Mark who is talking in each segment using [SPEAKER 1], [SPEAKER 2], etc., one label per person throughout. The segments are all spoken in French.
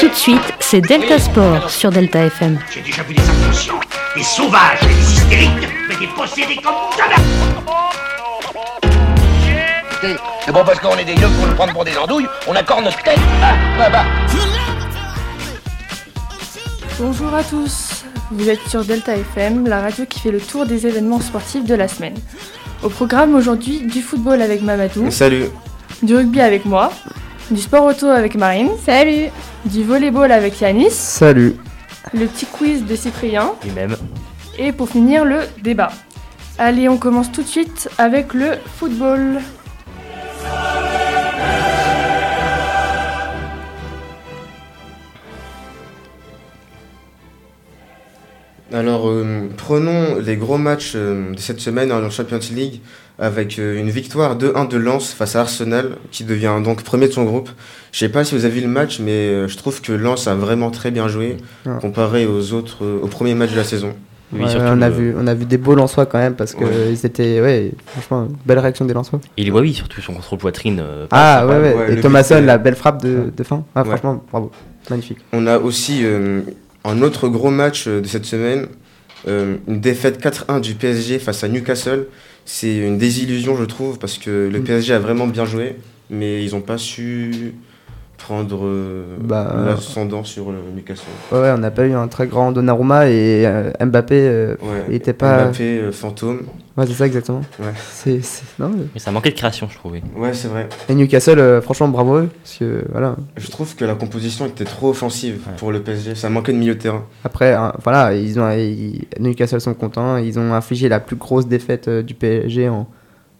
[SPEAKER 1] Tout de suite, c'est Delta Sport sur Delta FM.
[SPEAKER 2] J'ai déjà vu des inconscients, des sauvages, et des hystériques, mais des possédés comme jamais
[SPEAKER 3] Écoutez, C'est bon parce qu'on est des gueux pour nous prendre pour des andouilles, on accorde notre tête. Ah, bah, bah.
[SPEAKER 4] Bonjour à tous, vous êtes sur Delta FM, la radio qui fait le tour des événements sportifs de la semaine. Au programme aujourd'hui, du football avec Mamadou,
[SPEAKER 5] Salut.
[SPEAKER 4] du rugby avec moi, du sport auto avec Marine, salut, du volleyball avec Yanis,
[SPEAKER 5] Salut.
[SPEAKER 4] le petit quiz de Cyprien
[SPEAKER 6] Et même.
[SPEAKER 4] et pour finir le débat. Allez, on commence tout de suite avec le football.
[SPEAKER 5] Alors, euh, prenons les gros matchs euh, de cette semaine en Champions League avec euh, une victoire 2-1 de Lens face à Arsenal qui devient donc premier de son groupe. Je sais pas si vous avez vu le match, mais euh, je trouve que Lens a vraiment très bien joué
[SPEAKER 7] Ouais.
[SPEAKER 5] comparé aux autres, euh, aux premiers matchs de la saison.
[SPEAKER 6] Oui,
[SPEAKER 7] Ouais,
[SPEAKER 6] surtout,
[SPEAKER 7] on, a
[SPEAKER 6] euh,
[SPEAKER 7] vu, on a vu des beaux Lensois quand même parce que
[SPEAKER 5] Ouais.
[SPEAKER 7] euh, ils étaient. Ouais, franchement, belle réaction des Lensois.
[SPEAKER 6] Il est ouais, oui, surtout son contrôle poitrine. euh,
[SPEAKER 7] Ah ouais, ouais.
[SPEAKER 5] ouais, le
[SPEAKER 7] et Thomason,
[SPEAKER 5] but, euh,
[SPEAKER 7] la belle frappe de, de fin. Ah,
[SPEAKER 5] Ouais.
[SPEAKER 7] Franchement, bravo. Magnifique.
[SPEAKER 5] On a aussi euh, un autre gros match euh, de cette semaine, euh, une défaite 4-1 du PSG face à Newcastle. C'est une désillusion, je trouve, parce que le
[SPEAKER 7] Mm.
[SPEAKER 5] PSG a vraiment bien joué, mais ils n'ont pas su prendre euh,
[SPEAKER 7] Bah, euh,
[SPEAKER 5] l'ascendant sur le Newcastle.
[SPEAKER 7] Ouais, ouais, on n'a pas eu un très grand Donnarumma et euh, Mbappé. euh,
[SPEAKER 5] Ouais.
[SPEAKER 7] il était pas-
[SPEAKER 5] Mbappé, euh, fantôme.
[SPEAKER 7] Ouais, c'est ça exactement.
[SPEAKER 5] Ouais.
[SPEAKER 7] C'est, c'est- non, euh,
[SPEAKER 6] Mais ça manquait de création, je trouvais.
[SPEAKER 5] Ouais, c'est vrai.
[SPEAKER 7] Et Newcastle, euh, franchement, bravo à eux. Parce que voilà.
[SPEAKER 5] Je trouve que la composition était trop offensive pour le PSG. Ça manquait de milieu de terrain.
[SPEAKER 7] Après, hein, voilà, ils ont, ils- Newcastle sont contents. Ils ont infligé la plus grosse défaite euh, du PSG en,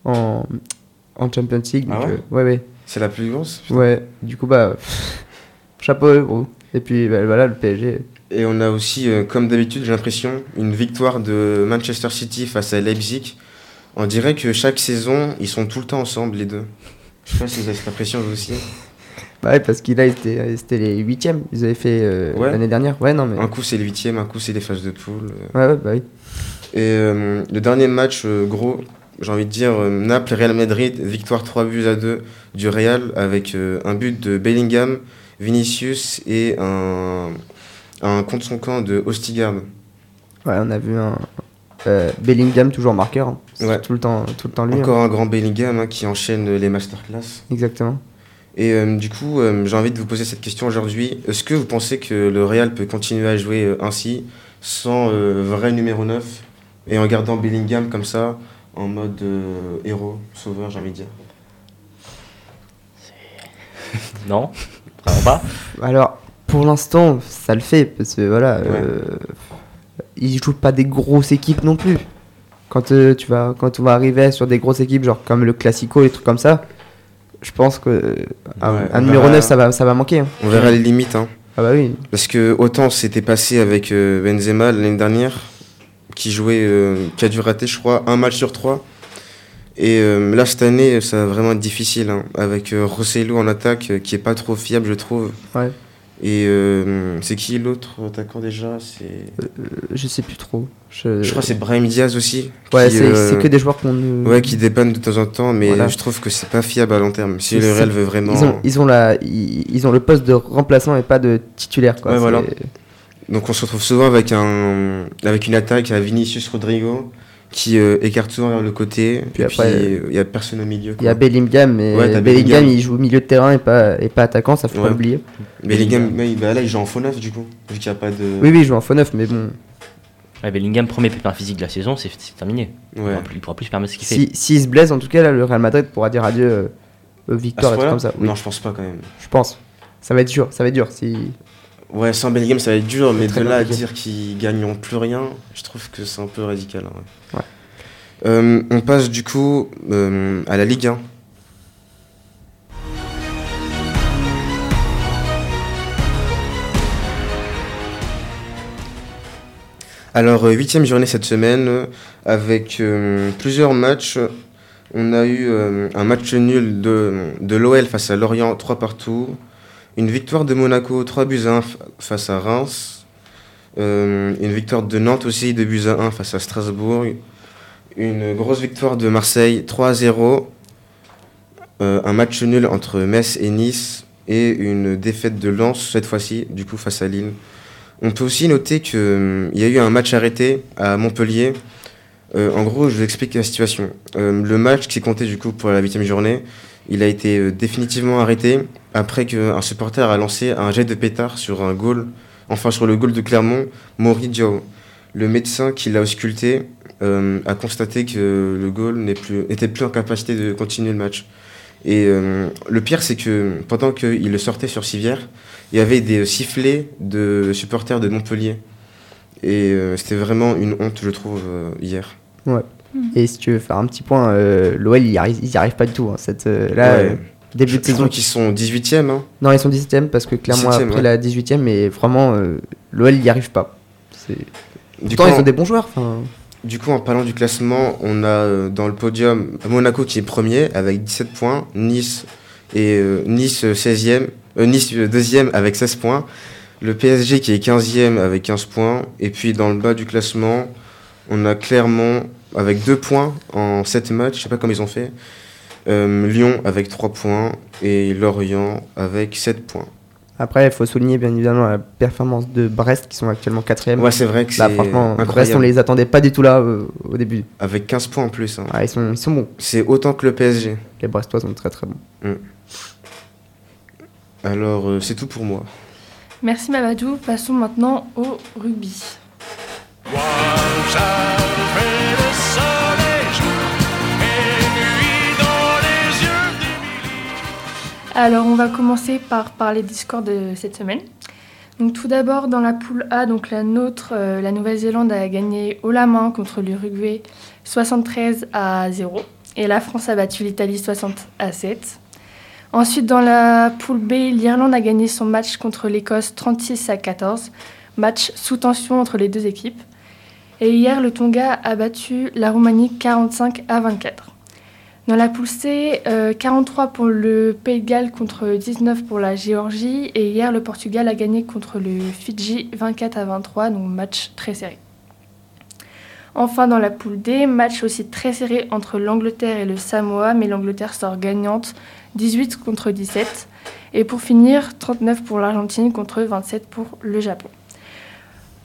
[SPEAKER 7] en, en Champions League.
[SPEAKER 5] Ah
[SPEAKER 7] donc,
[SPEAKER 5] ouais
[SPEAKER 7] euh, ouais, ouais.
[SPEAKER 5] C'est la plus grosse.
[SPEAKER 7] Ouais, du coup, bah, chapeau à eux, gros. Et puis, bah, voilà, le PSG.
[SPEAKER 5] Et on a aussi, euh, comme d'habitude, j'ai l'impression, une victoire de Manchester City face à Leipzig. On dirait que chaque saison, ils sont tout le temps ensemble, les deux. Je sais pas si vous avez cette impression, vous aussi.
[SPEAKER 7] Bah ouais, parce qu'il a c'était c'était les huitièmes. Ils avaient fait euh,
[SPEAKER 5] Ouais.
[SPEAKER 7] l'année dernière. Ouais, non, mais.
[SPEAKER 5] Un coup, c'est les huitièmes, un coup, c'est les phases de poule. euh.
[SPEAKER 7] Ouais, ouais, bah oui.
[SPEAKER 5] Et euh, le dernier match, euh, gros, j'ai envie de dire, euh, Naples-Real Madrid, victoire 3 buts à 2 du Real, avec euh, un but de Bellingham, Vinicius et un, un contre son camp de Ostigard.
[SPEAKER 7] Ouais, on a vu un. euh, Bellingham, toujours marqueur. hein. C'est
[SPEAKER 5] Ouais.
[SPEAKER 7] Tout, le temps, tout le temps lui. hein.
[SPEAKER 5] Encore un grand Bellingham hein, qui enchaîne les masterclass.
[SPEAKER 7] Exactement.
[SPEAKER 5] Et euh, du coup, euh, j'ai envie de vous poser cette question aujourd'hui. Est-ce que vous pensez que le Real peut continuer à jouer euh, ainsi, sans euh, vrai numéro 9, et en gardant Bellingham comme ça, en mode euh, héros, sauveur, j'ai envie de dire
[SPEAKER 6] Non Vraiment pas
[SPEAKER 7] Alors, pour l'instant, ça le fait. Parce que voilà. euh, ils jouent pas des grosses équipes non plus. Quand, euh, tu vas, quand on va arriver sur des grosses équipes, genre comme le Classico et des trucs comme ça, je pense que. euh, un,
[SPEAKER 5] Ouais, bah,
[SPEAKER 7] un
[SPEAKER 5] on
[SPEAKER 7] numéro
[SPEAKER 5] verra-
[SPEAKER 7] 9, ça va, ça va manquer. hein.
[SPEAKER 5] On verra les limites, hein.
[SPEAKER 7] Ah bah oui.
[SPEAKER 5] Parce que autant c'était passé avec euh, Benzema l'année dernière, qui jouait, euh, qui a dû rater, je crois, un match sur trois. Et euh, là, cette année, ça va vraiment être difficile, hein, avec euh, Rosselló en attaque, euh, qui est pas trop fiable, je trouve.
[SPEAKER 7] Ouais.
[SPEAKER 5] Et euh, c'est qui l'autre attaquant déjà C'est.
[SPEAKER 7] euh, Je sais plus trop. Je,
[SPEAKER 5] Je crois que c'est Brahim Diaz aussi.
[SPEAKER 7] Ouais,
[SPEAKER 5] qui,
[SPEAKER 7] c'est
[SPEAKER 5] euh,
[SPEAKER 7] c'est que des joueurs qu'on. ne-
[SPEAKER 5] Ouais, qui dépanne de temps en temps, mais
[SPEAKER 7] Voilà.
[SPEAKER 5] je trouve que c'est pas fiable à long terme. Si
[SPEAKER 7] Ils
[SPEAKER 5] le Real
[SPEAKER 7] sont-
[SPEAKER 5] veut vraiment.
[SPEAKER 7] Ils ont, ils ont la, ils, ils ont le poste de remplaçant et pas de titulaire. Quoi.
[SPEAKER 5] Ouais,
[SPEAKER 7] C'est-
[SPEAKER 5] voilà. Donc on se retrouve souvent avec un avec une attaque à Vinicius Rodrigo qui euh, écarte souvent vers le côté
[SPEAKER 7] Puis
[SPEAKER 5] et
[SPEAKER 7] après,
[SPEAKER 5] puis il y a personne au milieu.
[SPEAKER 7] Il y a
[SPEAKER 5] quoi.
[SPEAKER 7] Bellingham, mais
[SPEAKER 5] Ouais, t'as
[SPEAKER 7] Bellingham,
[SPEAKER 5] Bellingham.
[SPEAKER 7] il joue au milieu de terrain et pas, et pas attaquant, ça faut
[SPEAKER 5] Ouais.
[SPEAKER 7] pas oublier.
[SPEAKER 5] Bellingham, ouais, bah là il joue en faux neuf du coup vu qu'il n'y a pas de.
[SPEAKER 7] Oui, oui, il joue en faux neuf, mais bon,
[SPEAKER 6] Ouais, Bellingham, premier pépin physique de la saison, c'est c'est terminé. Il,
[SPEAKER 5] Ouais.
[SPEAKER 6] pourra plus, il pourra plus se permettre ce qu'il fait.
[SPEAKER 7] s'il si, s'il se blesse, en tout cas, là, le Real Madrid pourra dire adieu euh, aux
[SPEAKER 5] À ce
[SPEAKER 7] victoires et tout
[SPEAKER 5] point-là
[SPEAKER 7] comme ça. Oui,
[SPEAKER 5] Non je pense pas quand même.
[SPEAKER 7] je pense. Ça va être dur, ça va être dur. Si...
[SPEAKER 5] Ouais sans Bellingham ça va être dur mais de
[SPEAKER 7] très
[SPEAKER 5] là à
[SPEAKER 7] compliqué.
[SPEAKER 5] dire qu'ils gagneront plus rien je trouve que c'est un peu radical. hein, ouais.
[SPEAKER 7] Ouais.
[SPEAKER 5] Euh, on passe du coup euh, à la Ligue 1. Alors, euh, huitième journée cette semaine, euh, avec euh, plusieurs matchs. On a eu euh, un match nul de, de l'OL face à Lorient, 3 partout. Une victoire de Monaco, 3 buts à 1 face à Reims. Euh, une victoire de Nantes aussi, 2 buts à 1 face à Strasbourg. Une grosse victoire de Marseille, 3 à 0. Euh, un match nul entre Metz et Nice. et une défaite de Lens, cette fois-ci, du coup, face à Lille. On peut aussi noter qu'il y a eu un match arrêté à Montpellier. Euh, en gros, je vous explique la situation. Euh, le match qui comptait du coup pour la huitième journée, il a été euh, définitivement arrêté après qu'un supporter a lancé un jet de pétard sur un goal, enfin sur le goal de Clermont, Maury Diao. Le médecin qui l'a ausculté euh, a constaté que le goal n'est plus, était plus en capacité de continuer le match. Et euh, le pire, c'est que pendant qu'il le sortait sur civière, il y avait des sifflets de supporters de Montpellier. Et euh, c'était vraiment une honte, je trouve, euh, hier.
[SPEAKER 7] Et si tu veux faire un petit point, euh, l'OL, ils n'y arrivent, ils y arrivent pas du tout. hein, cette, euh, là,
[SPEAKER 5] Ouais.
[SPEAKER 7] euh, début
[SPEAKER 5] Je
[SPEAKER 7] de saison.
[SPEAKER 5] crois qu'ils sont 18e. Hein.
[SPEAKER 7] Non, ils sont 17ème parce que clairement,
[SPEAKER 5] 17e,
[SPEAKER 7] après
[SPEAKER 5] ouais.
[SPEAKER 7] la 18ème, mais vraiment, euh, l'OL n'y arrive pas. C'est-
[SPEAKER 5] Du,
[SPEAKER 7] Pourtant,
[SPEAKER 5] coup,
[SPEAKER 7] ils
[SPEAKER 5] en,
[SPEAKER 7] ont des bons joueurs. enfin,
[SPEAKER 5] du coup, en parlant du classement, on a euh, dans le podium Monaco qui est premier avec 17 points, Nice, et, euh, nice, euh, 16e, euh, nice euh, deuxième avec 16 points, le PSG qui est 15e avec 15 points, et puis dans le bas du classement, on a Clermont avec 2 points en 7 matchs, je sais pas comment ils ont fait, euh, Lyon avec 3 points, et Lorient avec 7 points.
[SPEAKER 7] Après, il faut souligner bien évidemment la performance de Brest qui sont actuellement 4ème.
[SPEAKER 5] Ouais, c'est vrai que c'est
[SPEAKER 7] Là, Bah, franchement, Brest, on
[SPEAKER 5] incroyable,
[SPEAKER 7] les attendait pas du tout là euh, au début.
[SPEAKER 5] avec 15 points en plus. hein.
[SPEAKER 7] Ah, ils, sont, ils sont bons.
[SPEAKER 5] C'est autant que le PSG.
[SPEAKER 7] Les Brestois sont très très bons.
[SPEAKER 5] Alors, euh, c'est tout pour moi.
[SPEAKER 4] Merci Mamadou. Passons maintenant au rugby. Alors, on va commencer par parler des scores de cette semaine. Donc, tout d'abord, dans la poule A, donc la nôtre, euh, la Nouvelle-Zélande a gagné haut la main contre l'Uruguay 73 à 0. Et la France a battu l'Italie 60 à 7. Ensuite, dans la poule B, l'Irlande a gagné son match contre l'Écosse 36 à 14. Match sous tension entre les deux équipes. Et hier, le Tonga a battu la Roumanie 45 à 24. Dans la poule C, euh, 43 pour le Pays de Galles contre 19 pour la Géorgie. Et hier, le Portugal a gagné contre le Fidji 24 à 23, donc match très serré. Enfin, dans la poule D, match aussi très serré entre l'Angleterre et le Samoa, mais l'Angleterre sort gagnante 18 contre 17. Et pour finir, 39 pour l'Argentine contre 27 pour le Japon.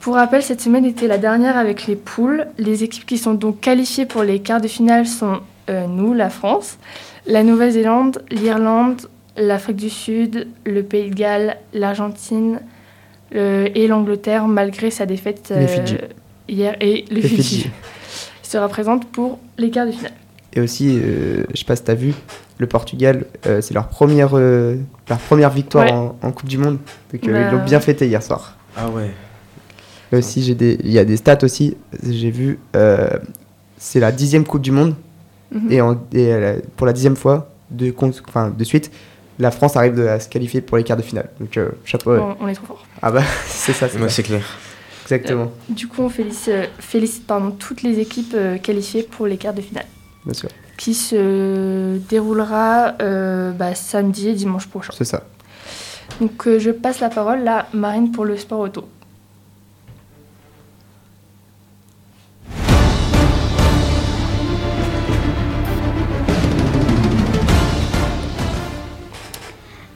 [SPEAKER 4] Pour rappel, cette semaine était la dernière avec les poules. Les équipes qui sont donc qualifiées pour les quarts de finale sont euh, nous, la France, la Nouvelle-Zélande, l'Irlande, l'Afrique du Sud, le Pays de Galles, l'Argentine euh, et l'Angleterre, malgré sa défaite euh,
[SPEAKER 7] Les Fidji.
[SPEAKER 4] hier et le
[SPEAKER 7] Les
[SPEAKER 4] Fidji.
[SPEAKER 7] Fidji.
[SPEAKER 4] sera présente pour les quarts de finale.
[SPEAKER 7] Et aussi, euh, je sais pas si t'as vu, le Portugal, euh, c'est leur première, euh, leur première victoire
[SPEAKER 4] Ouais.
[SPEAKER 7] en, en Coupe du Monde. Donc euh,
[SPEAKER 4] Bah.
[SPEAKER 7] ils l'ont bien fêté hier soir.
[SPEAKER 5] Ah ouais.
[SPEAKER 7] Et aussi, j'ai des, il y a des stats aussi. J'ai vu, euh, c'est la dixième Coupe du Monde
[SPEAKER 4] Mhm.
[SPEAKER 7] et, en- et elle a- pour la dixième fois de, con- enfin, de suite, la France arrive de- à se qualifier pour les quarts de finale. Donc euh, chapeau. à eux.
[SPEAKER 4] On, on est trop fort.
[SPEAKER 7] Ah bah c'est ça, c'est ça.
[SPEAKER 5] c'est clair.
[SPEAKER 7] exactement,
[SPEAKER 4] Du coup, on félici- euh, félicite, pardon, toutes les équipes euh, qualifiées pour les quarts de finale,
[SPEAKER 7] bien sûr,
[SPEAKER 4] qui se déroulera euh, bah, samedi et dimanche prochain.
[SPEAKER 7] c'est ça.
[SPEAKER 4] Donc, euh, je passe la parole à Marine pour le sport auto.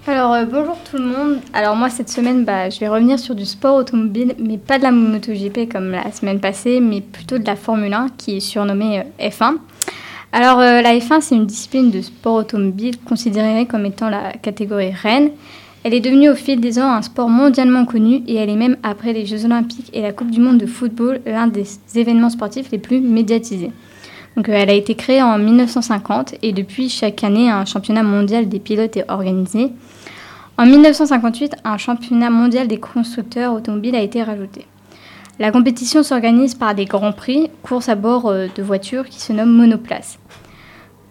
[SPEAKER 8] Alors euh, bonjour tout le monde. Alors moi cette semaine bah, je vais revenir sur du sport automobile mais pas de la MotoGP comme la semaine passée mais plutôt de la Formule 1 qui est surnommée euh, F1. Alors euh, la F1 c'est une discipline de sport automobile considérée comme étant la catégorie reine. Elle est devenue au fil des ans un sport mondialement connu et elle est même après les Jeux olympiques et la Coupe du monde de football l'un des événements sportifs les plus médiatisés. Donc, euh, elle a été créée en 1950 et depuis chaque année un championnat mondial des pilotes est organisé. En 1958, un championnat mondial des constructeurs automobiles a été rajouté. La compétition s'organise par des grands prix, courses à bord euh, de voitures qui se nomment monoplaces.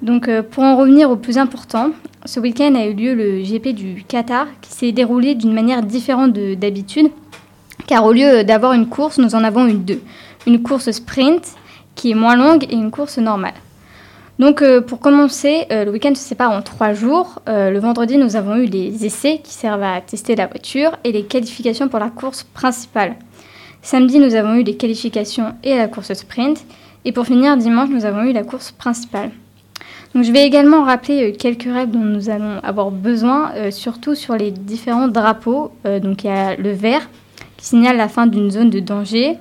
[SPEAKER 8] Donc euh, pour en revenir au plus important, ce week-end a eu lieu le GP du Qatar qui s'est déroulé d'une manière différente de- d'habitude, car au lieu d'avoir une course, nous en avons eu deux. Une course sprint qui est moins longue et une course normale. Donc euh, pour commencer, euh, le week-end se sépare en trois jours. Euh, le vendredi, nous avons eu les essais qui servent à tester la voiture et les qualifications pour la course principale. Samedi, nous avons eu les qualifications et la course sprint. Et pour finir, dimanche, nous avons eu la course principale. Donc, je vais également rappeler euh, quelques règles dont nous allons avoir besoin, euh, surtout sur les différents drapeaux. Euh, donc, il y a le vert qui signale la fin d'une zone de danger,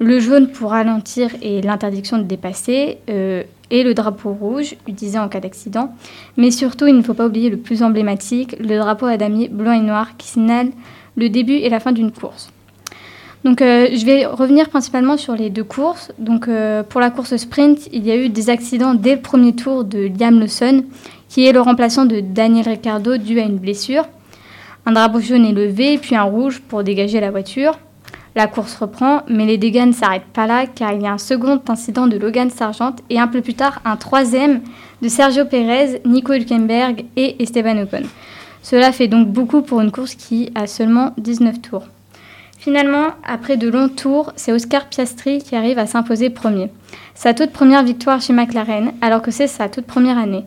[SPEAKER 8] le jaune pour ralentir et l'interdiction de dépasser, euh, et le drapeau rouge utilisé en cas d'accident. Mais surtout, il ne faut pas oublier le plus emblématique, le drapeau à damier blanc et noir qui signale le début et la fin d'une course. Donc, euh, je vais revenir principalement sur les deux courses. Donc, euh, pour la course sprint, il y a eu des accidents dès le premier tour de Liam Lawson, qui est le remplaçant de Daniel Ricciardo dû à une blessure. Un drapeau jaune est levé, puis un rouge pour dégager la voiture. La course reprend, mais les dégâts ne s'arrêtent pas là, car il y a un second incident de Logan Sargent et un peu plus tard un troisième de Sergio Pérez, Nico Hülkenberg et Esteban Ocon. Cela fait donc beaucoup pour une course qui a seulement 19 tours. Finalement, après de longs tours, c'est Oscar Piastri qui arrive à s'imposer premier. Sa toute première victoire chez McLaren, alors que c'est sa toute première année.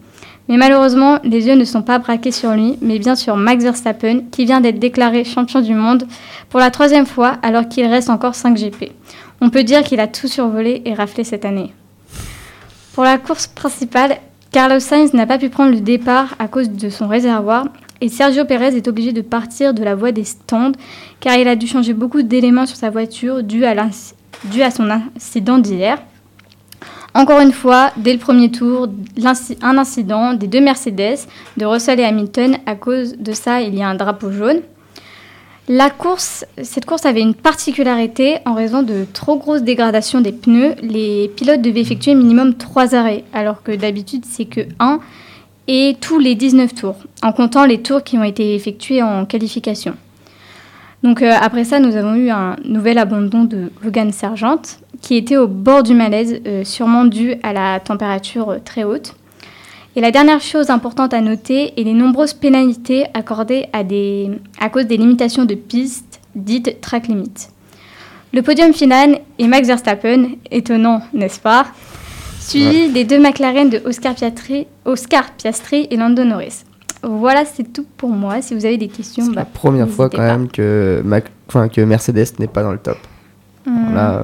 [SPEAKER 8] Mais malheureusement, les yeux ne sont pas braqués sur lui, mais bien sur Max Verstappen, qui vient d'être déclaré champion du monde pour la troisième fois, alors qu'il reste encore 5 GP. On peut dire qu'il a tout survolé et raflé cette année. Pour la course principale, Carlos Sainz n'a pas pu prendre le départ à cause de son réservoir, et Sergio Pérez est obligé de partir de la voie des stands, car il a dû changer beaucoup d'éléments sur sa voiture dû à, l'inc- dû à son incident d'hier. Encore une fois, dès le premier tour, l'inci- un incident des deux Mercedes, de Russell et Hamilton. À cause de ça, il y a un drapeau jaune. La course, cette course avait une particularité en raison de trop grosses dégradations des pneus. Les pilotes devaient effectuer minimum 3 arrêts, alors que d'habitude c'est que 1 et tous les 19 tours, en comptant les tours qui ont été effectués en qualification. Donc euh, après ça, nous avons eu un nouvel abandon de Logan Sargent, qui était au bord du malaise, euh, sûrement dû à la température euh, très haute. Et la dernière chose importante à noter est les nombreuses pénalités accordées à, des, à cause des limitations de pistes dites track limit. Le podium final est Max Verstappen, étonnant, n'est-ce pas Suivi des deux McLaren de Oscar Piastri, Oscar Piastri et Lando Norris. Voilà, c'est tout pour moi. Si vous avez des questions,
[SPEAKER 7] C'est
[SPEAKER 8] bah,
[SPEAKER 7] la première fois
[SPEAKER 8] n'hésitez
[SPEAKER 7] quand
[SPEAKER 8] pas.
[SPEAKER 7] même que, Mac- enfin, que Mercedes n'est pas dans le top.
[SPEAKER 8] Hmm,
[SPEAKER 7] Là, euh,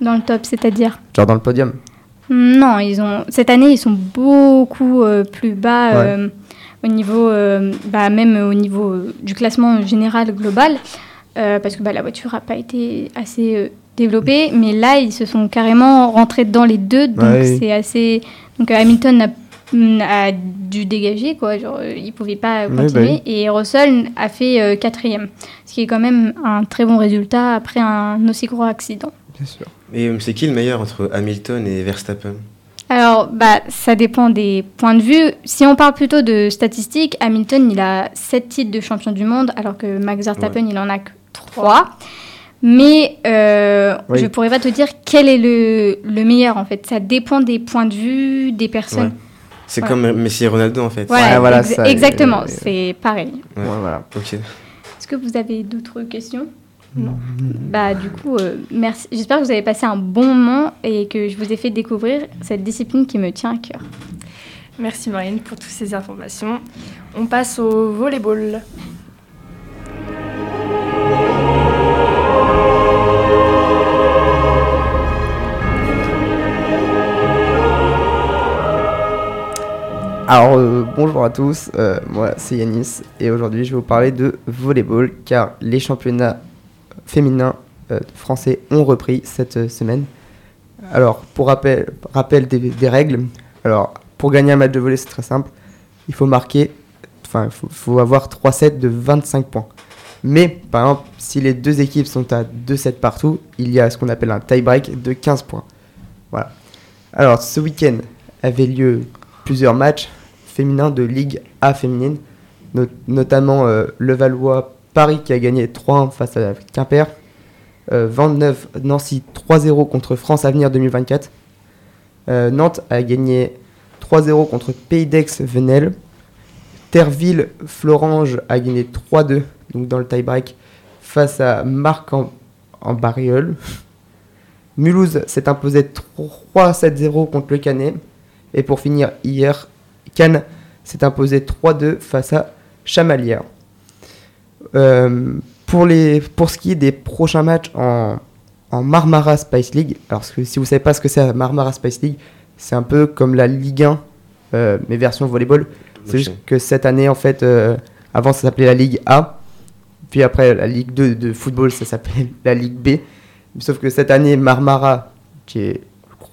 [SPEAKER 8] Dans le top, c'est-à-dire
[SPEAKER 7] genre dans le podium.
[SPEAKER 8] Non, ils ont cette année ils sont beaucoup euh, plus bas
[SPEAKER 7] Ouais.
[SPEAKER 8] euh, au niveau, euh, bah, même au niveau euh, du classement général global, euh, parce que bah, la voiture n'a pas été assez euh, développée. Mais là, ils se sont carrément rentrés dans les deux, donc
[SPEAKER 7] Ouais.
[SPEAKER 8] c'est assez. Donc euh, Hamilton a, mm, a dû dégager quoi, genre euh, il pouvait pas euh,
[SPEAKER 7] Ouais, bah
[SPEAKER 8] continuer. Et Russell a fait euh, quatrième, ce qui est quand même un très bon résultat après un aussi gros accident.
[SPEAKER 7] Bien sûr.
[SPEAKER 5] Et euh, c'est qui le meilleur entre Hamilton et Verstappen
[SPEAKER 8] Alors, bah, ça dépend des points de vue. Si on parle plutôt de statistiques, Hamilton, il a 7 titres de champion du monde, alors que Max Verstappen, il en a que 3. Mais euh,
[SPEAKER 7] Oui.
[SPEAKER 8] je pourrais pas te dire quel est le, le meilleur, en fait. Ça dépend des points de vue, des personnes.
[SPEAKER 5] Ouais. C'est
[SPEAKER 8] Ouais.
[SPEAKER 5] comme euh, Messi et Ronaldo en fait.
[SPEAKER 8] Voilà,
[SPEAKER 7] Ouais, voilà,
[SPEAKER 8] ex-
[SPEAKER 7] ça,
[SPEAKER 8] exactement,
[SPEAKER 7] euh,
[SPEAKER 8] c'est pareil.
[SPEAKER 5] Ouais.
[SPEAKER 7] Ouais, voilà.
[SPEAKER 5] Ok.
[SPEAKER 8] Est-ce que vous avez d'autres questions Bah du coup, euh, merci. J'espère que vous avez passé un bon moment et que je vous ai fait découvrir cette discipline qui me tient à cœur.
[SPEAKER 4] Merci Marine pour toutes ces informations. On passe au volleyball.
[SPEAKER 7] Alors euh, bonjour à tous, euh, moi c'est Yanis et aujourd'hui je vais vous parler de volleyball car les championnats féminins euh, français ont repris cette euh, semaine. Alors pour rappel, rappel des, des règles, alors pour gagner un match de volley c'est très simple, il faut marquer, enfin il faut, faut avoir 3 sets de 25 points. Mais par exemple si les deux équipes sont à 2 sets partout, il y a ce qu'on appelle un tie break de 15 points. Voilà. Alors ce week-end avait lieu plusieurs matchs féminins de Ligue A féminine, no- notamment euh, Levallois Paris qui a gagné 3-1 face à Quimper, euh, 29 Nancy 3-0 contre France Avenir 2024, euh, Nantes a gagné 3-0 contre Pays d'Aix Venelle, Terville Florange a gagné 3-2 donc dans le tie-break face à Marc en, en Barriole. Mulhouse s'est imposé 3-7-0 contre le Canet. Et pour finir, hier, Cannes s'est imposé 3-2 face à Chamalières. Euh, pour, les, pour ce qui est des prochains matchs en, en Marmara Spice League, alors parce que si vous savez pas ce que c'est la Marmara Spice League, c'est un peu comme la Ligue 1 euh, mais version volleyball. C'est
[SPEAKER 5] Ok.
[SPEAKER 7] juste que cette année, en fait, euh, avant ça s'appelait la Ligue A, puis après la Ligue 2 de football, ça s'appelait la Ligue B. Sauf que cette année, Marmara, qui est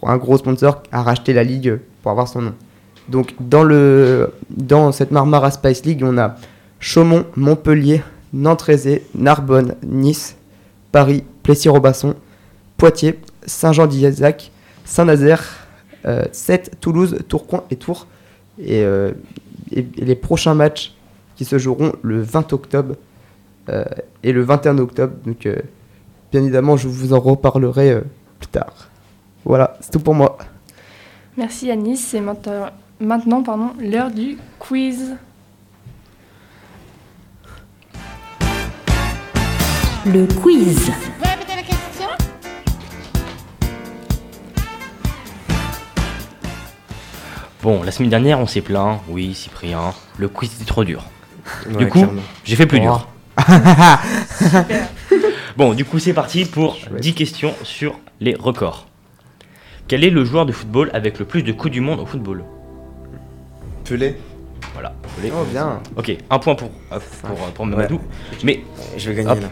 [SPEAKER 7] un gros sponsor, a racheté la Ligue pour avoir son nom. Donc dans, le, dans cette Marmara Spice League, on a Chaumont, Montpellier, Nantes-Rézé, Narbonne, Nice, Paris, Plessis-Robasson, Poitiers, Saint-Jean-d'Isaac, Saint-Nazaire, euh, Sète, Toulouse, Tourcoing et Tours. Et, euh, et- et les prochains matchs qui se joueront le 20 octobre euh, et le 21 octobre. Donc, euh, bien évidemment, je vous en reparlerai euh, plus tard. Voilà, c'est tout pour moi.
[SPEAKER 4] Merci Yanis, c'est maintenant, maintenant, pardon, l'heure du quiz.
[SPEAKER 1] Le quiz.
[SPEAKER 6] Bon, la semaine dernière, on s'est plaint. Oui, Cyprien, le quiz était trop dur.
[SPEAKER 5] Ouais,
[SPEAKER 6] coup,
[SPEAKER 5] clairement.
[SPEAKER 6] J'ai fait plus
[SPEAKER 7] Oh.
[SPEAKER 6] dur. bon, du coup, c'est parti pour 10 questions sur les records. Quel est le joueur de football avec le plus de coups du monde au football
[SPEAKER 5] Pelé
[SPEAKER 6] Voilà. vous voulez-
[SPEAKER 7] Oh, bien.
[SPEAKER 6] Ok, un point pour, euh, pour, euh, pour Mamadou. Mais
[SPEAKER 5] Je vais gagner
[SPEAKER 6] Hop.
[SPEAKER 5] là.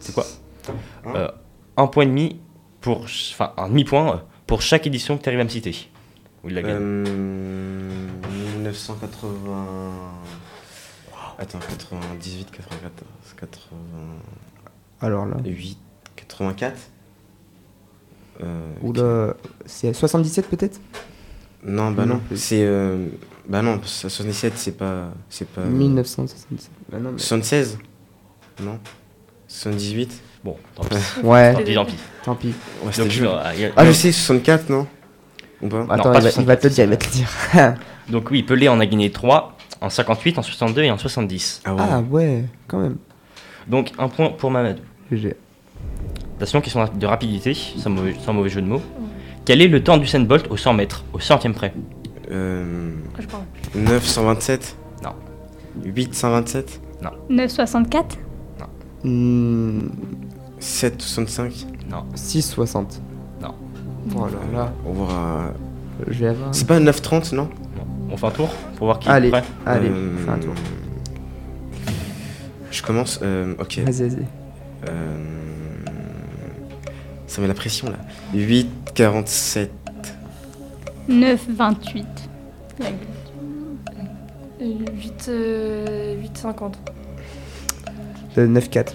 [SPEAKER 6] c'est quoi
[SPEAKER 5] Hein
[SPEAKER 6] Euh, Un point et demi pour. ch- Enfin, un demi-point euh, pour chaque édition que tu arrives à me citer. Ou de la gagne.
[SPEAKER 5] Euh, 1980. Attends, 98, 94, 88,
[SPEAKER 7] Alors là,
[SPEAKER 5] 84. Euh,
[SPEAKER 7] oula, c'est 77 peut-être
[SPEAKER 5] Non, bah
[SPEAKER 7] Non
[SPEAKER 5] non.
[SPEAKER 7] plus.
[SPEAKER 5] C'est. euh, Bah non, parce que 77, c'est pas. C'est pas.
[SPEAKER 7] 1977. Euh, Bah non, mais-
[SPEAKER 5] 76 Non 78
[SPEAKER 6] Bon, tant pis. Tant
[SPEAKER 7] Ouais,
[SPEAKER 6] pis, tant pis.
[SPEAKER 7] tant pis.
[SPEAKER 5] Ouais, c'était
[SPEAKER 6] Donc,
[SPEAKER 5] dur.
[SPEAKER 6] euh, il y a-
[SPEAKER 5] Ah, je sais, 64, non Ou pas
[SPEAKER 7] Attends,
[SPEAKER 6] pas
[SPEAKER 7] il, va, il va te le
[SPEAKER 6] 77.
[SPEAKER 7] dire, il va te le dire.
[SPEAKER 6] Donc oui, Pelé en a gagné 3 en 58, en 62 et en 70.
[SPEAKER 5] Ah ouais.
[SPEAKER 7] Ah ouais, quand même.
[SPEAKER 6] Donc un point pour Mamadou.
[SPEAKER 7] GG.
[SPEAKER 6] Attention, question de rapidité, sans mauvais, sans mauvais jeu de mots. Quel est le temps d'Usain Bolt au 100 mètres, au centième près
[SPEAKER 5] Euh,
[SPEAKER 4] Je parle.
[SPEAKER 5] 927
[SPEAKER 6] Non.
[SPEAKER 5] 827
[SPEAKER 8] 9,64
[SPEAKER 7] Hmm,
[SPEAKER 5] 765
[SPEAKER 7] 6,60.
[SPEAKER 6] Non.
[SPEAKER 7] Oh là là,
[SPEAKER 5] On va...
[SPEAKER 7] je vais avoir.
[SPEAKER 5] C'est pas 930, non
[SPEAKER 6] On fait un tour pour voir qui
[SPEAKER 7] Allez,
[SPEAKER 6] est prêt
[SPEAKER 7] allez,
[SPEAKER 5] Euh,
[SPEAKER 7] fais un tour.
[SPEAKER 5] Je commence. euh, ok.
[SPEAKER 7] Vas-y, vas-y.
[SPEAKER 5] Euh, ça met la pression là. 8, 47.
[SPEAKER 8] 9,28.
[SPEAKER 4] 8, 8,50.
[SPEAKER 7] Euh, 9-4.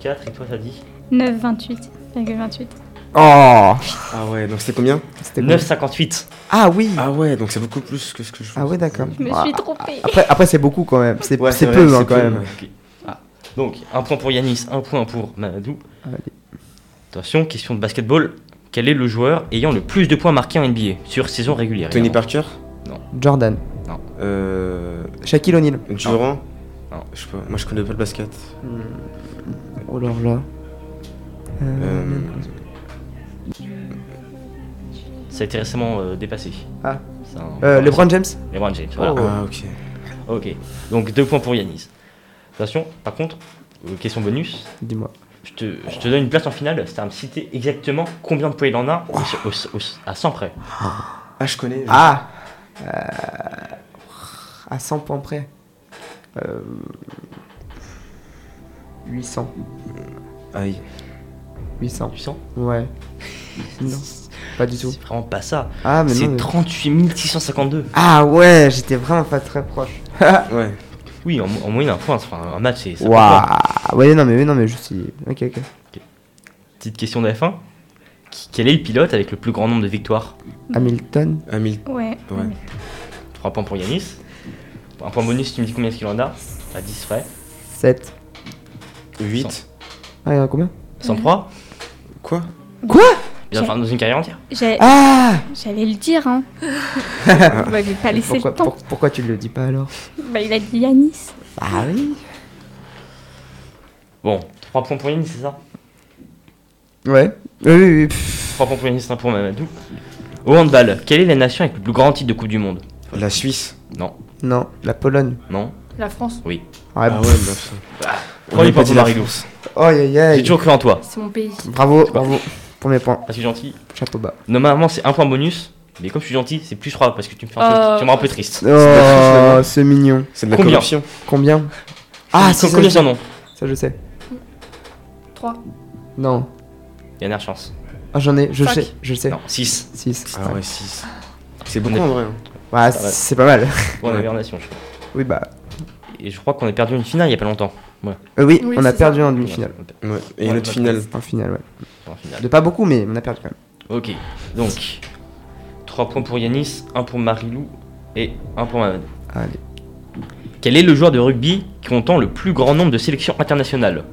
[SPEAKER 6] 4 et toi t'as dit
[SPEAKER 8] 9,28,28.
[SPEAKER 7] Oh
[SPEAKER 5] Ah ouais, donc c'était combien
[SPEAKER 7] C'était cool.
[SPEAKER 6] 9,58.
[SPEAKER 7] Ah oui
[SPEAKER 5] Ah ouais, donc c'est beaucoup plus que ce que je
[SPEAKER 7] Ah ouais, d'accord.
[SPEAKER 8] Je me
[SPEAKER 7] Ah,
[SPEAKER 8] suis trompée.
[SPEAKER 7] Après, après c'est beaucoup quand même. C'est
[SPEAKER 5] Ouais,
[SPEAKER 7] c'est
[SPEAKER 5] c'est
[SPEAKER 7] peu
[SPEAKER 5] vrai,
[SPEAKER 7] hein,
[SPEAKER 5] c'est
[SPEAKER 7] quand
[SPEAKER 5] peu,
[SPEAKER 7] même.
[SPEAKER 5] ouais.
[SPEAKER 6] Donc un point pour Yanis, un point pour Mamadou.
[SPEAKER 7] Allez.
[SPEAKER 6] Attention, question de basketball. Quel est le joueur ayant le plus de points marqués en NBA sur saison régulière
[SPEAKER 5] Tony
[SPEAKER 6] évidemment
[SPEAKER 5] Parker
[SPEAKER 7] Jordan.
[SPEAKER 5] euh,
[SPEAKER 7] Shaquille O'Neal.
[SPEAKER 5] Durant
[SPEAKER 6] Non.
[SPEAKER 5] Je sais pas, moi je connais pas le basket.
[SPEAKER 7] Oh là là.
[SPEAKER 5] Euh,
[SPEAKER 6] Ça a été récemment euh, dépassé.
[SPEAKER 7] Ah.
[SPEAKER 6] C'est un-
[SPEAKER 7] Euh, LeBron Oh. James
[SPEAKER 6] LeBron James, voilà.
[SPEAKER 7] Oh.
[SPEAKER 5] Ah ok.
[SPEAKER 6] Ok, donc deux points pour Yanis. Attention, par contre, euh, question bonus,
[SPEAKER 7] Dis-moi.
[SPEAKER 6] je te, je te donne une place en finale, c'est à me citer exactement combien de points il en a au- au- au- à 100 près.
[SPEAKER 5] Ah je connais.
[SPEAKER 7] Ah Euh, À 100 points près. Euh, 800.
[SPEAKER 5] Aïe.
[SPEAKER 7] 800.
[SPEAKER 6] Tu sens
[SPEAKER 7] Ouais. non, pas du tout.
[SPEAKER 6] C'est vraiment pas ça.
[SPEAKER 7] Ah, mais non.
[SPEAKER 6] C'est
[SPEAKER 7] mais-
[SPEAKER 6] 38 652.
[SPEAKER 7] Ah ouais, j'étais vraiment pas très proche.
[SPEAKER 5] Ah, Ouais.
[SPEAKER 6] Oui, en, mo- en moyenne, un point, enfin, un match, c'est. ça fait quoi
[SPEAKER 7] Waouh Ouais, non, mais, non, mais je suis. Ok, ok.
[SPEAKER 6] Petite question de F1. Qui- Quel est le pilote avec le plus grand nombre de victoires
[SPEAKER 7] Hamilton
[SPEAKER 5] Hamil-
[SPEAKER 8] Ouais.
[SPEAKER 5] Ouais.
[SPEAKER 6] 3 points pour Yanis. Un point bonus, tu me dis combien est-ce qu'il en a À 10 frais.
[SPEAKER 7] 7.
[SPEAKER 5] 8.
[SPEAKER 7] Ah, il y en a combien
[SPEAKER 6] 103
[SPEAKER 5] Quoi
[SPEAKER 6] Bien, enfin, dans une carrière entière.
[SPEAKER 8] J'ai-
[SPEAKER 7] Ah
[SPEAKER 8] J'allais le dire, hein. On va lui pas laisser
[SPEAKER 7] pourquoi,
[SPEAKER 8] le temps.
[SPEAKER 7] pour- pourquoi tu le dis pas alors
[SPEAKER 8] Bah, il a dit Yanis.
[SPEAKER 7] Ah oui
[SPEAKER 6] Bon, 3 points pour Yanis, c'est ça
[SPEAKER 7] Ouais. Oui, oui, oui, pff,
[SPEAKER 6] 3 points pour Yanis, 1 pour Mamadou. Au handball, quelle est la nation avec le plus grand titre de Coupe du Monde
[SPEAKER 5] La Suisse.
[SPEAKER 6] Non,
[SPEAKER 7] Non, la Pologne.
[SPEAKER 6] non.
[SPEAKER 4] La France,
[SPEAKER 7] Ouais,
[SPEAKER 5] Ah ouais,
[SPEAKER 7] pff,
[SPEAKER 5] meuf. On
[SPEAKER 6] Premier
[SPEAKER 5] avait pas
[SPEAKER 6] point pour
[SPEAKER 5] dit la
[SPEAKER 6] Marilou.
[SPEAKER 5] France.
[SPEAKER 7] aïe, aïe,
[SPEAKER 6] J'ai
[SPEAKER 7] aïe.
[SPEAKER 6] toujours cru en toi.
[SPEAKER 4] c'est mon pays.
[SPEAKER 7] Bravo, bravo. Premier point,
[SPEAKER 6] Parce que gentil.
[SPEAKER 7] chapeau bas.
[SPEAKER 6] Normalement, c'est un point bonus. Mais comme je suis gentil, c'est plus 3 parce que tu me, fais un peu-
[SPEAKER 7] Euh,
[SPEAKER 4] Oh.
[SPEAKER 6] tu me rends un peu triste.
[SPEAKER 7] Oh, c'est mignon.
[SPEAKER 5] C'est de la
[SPEAKER 6] Combien
[SPEAKER 5] corruption.
[SPEAKER 7] Combien Ah,
[SPEAKER 6] c'est
[SPEAKER 7] c'est
[SPEAKER 6] combien
[SPEAKER 7] ça,
[SPEAKER 6] son
[SPEAKER 7] je-
[SPEAKER 6] nom
[SPEAKER 7] ça je sais.
[SPEAKER 4] 3.
[SPEAKER 7] Non.
[SPEAKER 6] Dernière chance.
[SPEAKER 7] Ah, j'en ai, je
[SPEAKER 4] Cinq.
[SPEAKER 7] sais, je sais.
[SPEAKER 6] Non, 6.
[SPEAKER 7] 6.
[SPEAKER 5] Ah ouais, 6. C'est beaucoup
[SPEAKER 6] Ouais.
[SPEAKER 5] en vrai. hein.
[SPEAKER 7] Ouais, Bah,
[SPEAKER 6] va.
[SPEAKER 7] c'est pas mal.
[SPEAKER 6] Pour la
[SPEAKER 5] Ouais.
[SPEAKER 6] hibernation, je crois.
[SPEAKER 7] Oui, bah.
[SPEAKER 6] Et je crois qu'on a perdu une finale il y a pas longtemps.
[SPEAKER 7] euh, oui,
[SPEAKER 4] Oui,
[SPEAKER 7] on a
[SPEAKER 4] c'est
[SPEAKER 7] perdu
[SPEAKER 4] ça.
[SPEAKER 7] en demi-finale.
[SPEAKER 5] Ouais. Et
[SPEAKER 6] Ouais,
[SPEAKER 5] notre
[SPEAKER 6] bah,
[SPEAKER 5] finale.
[SPEAKER 7] En finale, ouais.
[SPEAKER 6] En finale.
[SPEAKER 7] De pas beaucoup, mais on a perdu quand même.
[SPEAKER 6] Ok, donc 3 points pour Yanis, 1 pour Marilou et 1 pour Mamad.
[SPEAKER 7] Allez.
[SPEAKER 6] Quel est le joueur de rugby comptant le plus grand nombre de sélections internationales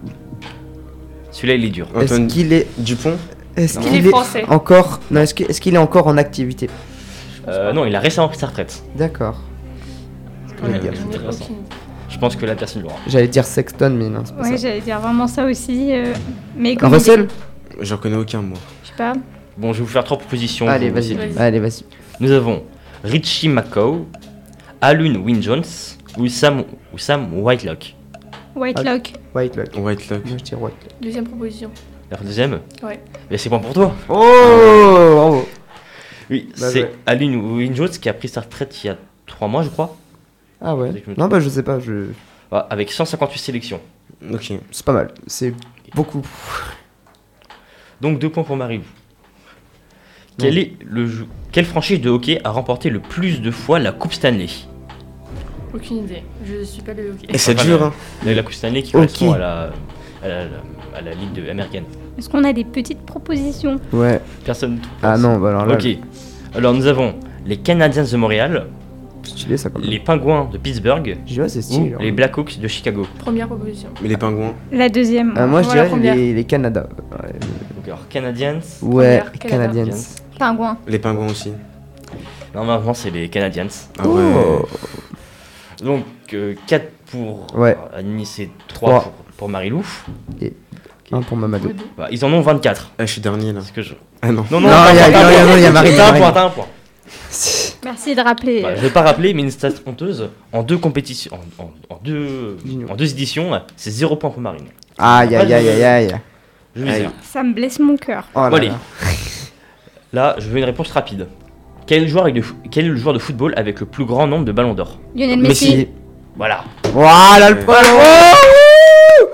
[SPEAKER 6] Celui-là, il est dur.
[SPEAKER 7] Est-ce
[SPEAKER 5] Antoine
[SPEAKER 7] qu'il est.
[SPEAKER 5] Dupont
[SPEAKER 7] Est-ce
[SPEAKER 4] Il est français.
[SPEAKER 7] encore. Non, est-ce que- est-ce qu'il est, encore en activité
[SPEAKER 6] Euh, non, il a récemment pris sa retraite.
[SPEAKER 7] D'accord.
[SPEAKER 6] Ouais,
[SPEAKER 7] gars,
[SPEAKER 6] je vous dirai ça. Je pense que la personne l'aura.
[SPEAKER 7] J'allais dire Sexton, mais non, c'est pas
[SPEAKER 8] Ouais,
[SPEAKER 7] ça.
[SPEAKER 8] j'allais dire vraiment ça aussi. euh, mais comme
[SPEAKER 7] Russell
[SPEAKER 5] J'en connais aucun, moi.
[SPEAKER 8] Je sais pas.
[SPEAKER 6] Bon, je vais vous faire trois propositions.
[SPEAKER 7] Allez,
[SPEAKER 6] Vous-
[SPEAKER 7] vas-y.
[SPEAKER 4] Vas-y.
[SPEAKER 7] Allez, vas-y.
[SPEAKER 6] Nous avons Richie McCaw, Alun Wynne-Jones ou Sam, ou Sam Whitelock.
[SPEAKER 5] Ah.
[SPEAKER 8] Whitelock.
[SPEAKER 7] White Lock.
[SPEAKER 5] White Lock.
[SPEAKER 7] Moi, je dis White Lock.
[SPEAKER 4] Deuxième proposition.
[SPEAKER 6] La deuxième
[SPEAKER 4] Ouais.
[SPEAKER 6] Et c'est bon pour toi
[SPEAKER 7] Oh Bravo
[SPEAKER 6] Oui,
[SPEAKER 7] Bah,
[SPEAKER 6] c'est
[SPEAKER 7] ouais.
[SPEAKER 6] Alun Wynne-Jones qui a pris sa retraite il y a 3 mois, je crois,
[SPEAKER 7] Ah
[SPEAKER 6] Dès
[SPEAKER 7] ouais
[SPEAKER 6] que je me
[SPEAKER 7] Non,
[SPEAKER 6] trompe.
[SPEAKER 7] bah, je sais pas, je.
[SPEAKER 6] Ah, avec 158 sélections.
[SPEAKER 5] Ok.
[SPEAKER 7] C'est pas mal. C'est beaucoup.
[SPEAKER 6] Donc deux points pour Marilou. Quel est le jou- Quelle franchise de hockey a remporté le plus de fois la Coupe Stanley
[SPEAKER 4] Aucune idée. Je suis pas le hockey.
[SPEAKER 5] Et c'est
[SPEAKER 6] Enfin,
[SPEAKER 5] dur,
[SPEAKER 6] la-
[SPEAKER 5] hein.
[SPEAKER 6] La, la Coupe Stanley qui
[SPEAKER 7] Ok.
[SPEAKER 6] correspond à la, à la, à la Ligue de- américaine.
[SPEAKER 8] Est-ce qu'on a des petites propositions
[SPEAKER 7] Ouais.
[SPEAKER 6] Personne ne pense.
[SPEAKER 7] Ah non, bah alors là,
[SPEAKER 6] Ok. Alors nous avons les Canadiens de Montréal,
[SPEAKER 7] stylé ça quand même.
[SPEAKER 6] les Pingouins de Pittsburgh
[SPEAKER 7] Je dis, ouais, c'est
[SPEAKER 6] ou
[SPEAKER 7] stylé.
[SPEAKER 6] les Blackhawks de Chicago.
[SPEAKER 4] Première proposition.
[SPEAKER 5] Mais les pingouins.
[SPEAKER 8] La deuxième.
[SPEAKER 5] Euh.
[SPEAKER 7] Ah, moi, je
[SPEAKER 4] Voilà,
[SPEAKER 7] dirais
[SPEAKER 4] première.
[SPEAKER 7] les, les Canada. Ouais,
[SPEAKER 6] Donc, alors Canadiens.
[SPEAKER 7] Ouais,
[SPEAKER 4] Première, Canada.
[SPEAKER 7] Canadiens.
[SPEAKER 8] Pingouin.
[SPEAKER 5] Les pingouins aussi.
[SPEAKER 6] Normalement c'est les Canadiens.
[SPEAKER 5] Ah ouais.
[SPEAKER 6] Oh. Donc 4 pour
[SPEAKER 7] Ouais.
[SPEAKER 6] euh, Anis et 3
[SPEAKER 7] Trois.
[SPEAKER 6] pour, pour Marilou.
[SPEAKER 7] Un pour Mamadou.
[SPEAKER 6] Bah, ils en ont 24.
[SPEAKER 5] Ah, je suis dernier là.
[SPEAKER 6] C'est ce que je...
[SPEAKER 5] Ah non.
[SPEAKER 6] Non,
[SPEAKER 7] Non, il y a-
[SPEAKER 6] t'as un
[SPEAKER 7] non, il y a- non, il y a
[SPEAKER 6] point,
[SPEAKER 7] Marie,
[SPEAKER 6] T'as un
[SPEAKER 7] Marie.
[SPEAKER 6] point, t'as un point.
[SPEAKER 8] Merci de rappeler.
[SPEAKER 6] Bah, je vais pas rappeler, mais une stat honteuse. En deux compétitions, en, en- en deux,
[SPEAKER 7] Dis-nous.
[SPEAKER 6] en deux éditions, c'est 0 point pour Marine.
[SPEAKER 7] Oh Aïe, aïe, aïe, aïe, aïe.
[SPEAKER 6] Je vais
[SPEAKER 5] Aïe.
[SPEAKER 6] dire.
[SPEAKER 8] Ça me blesse mon cœur.
[SPEAKER 7] Oh là
[SPEAKER 6] Bon, allez.
[SPEAKER 7] là.
[SPEAKER 6] Là, je veux une réponse rapide. Quel joueur, avec de fo- quel est le joueur de football avec le plus grand nombre de ballons d'or
[SPEAKER 8] Lionel Messi.
[SPEAKER 6] Voilà.
[SPEAKER 7] Voilà le
[SPEAKER 5] Ouais.
[SPEAKER 7] poil. Oh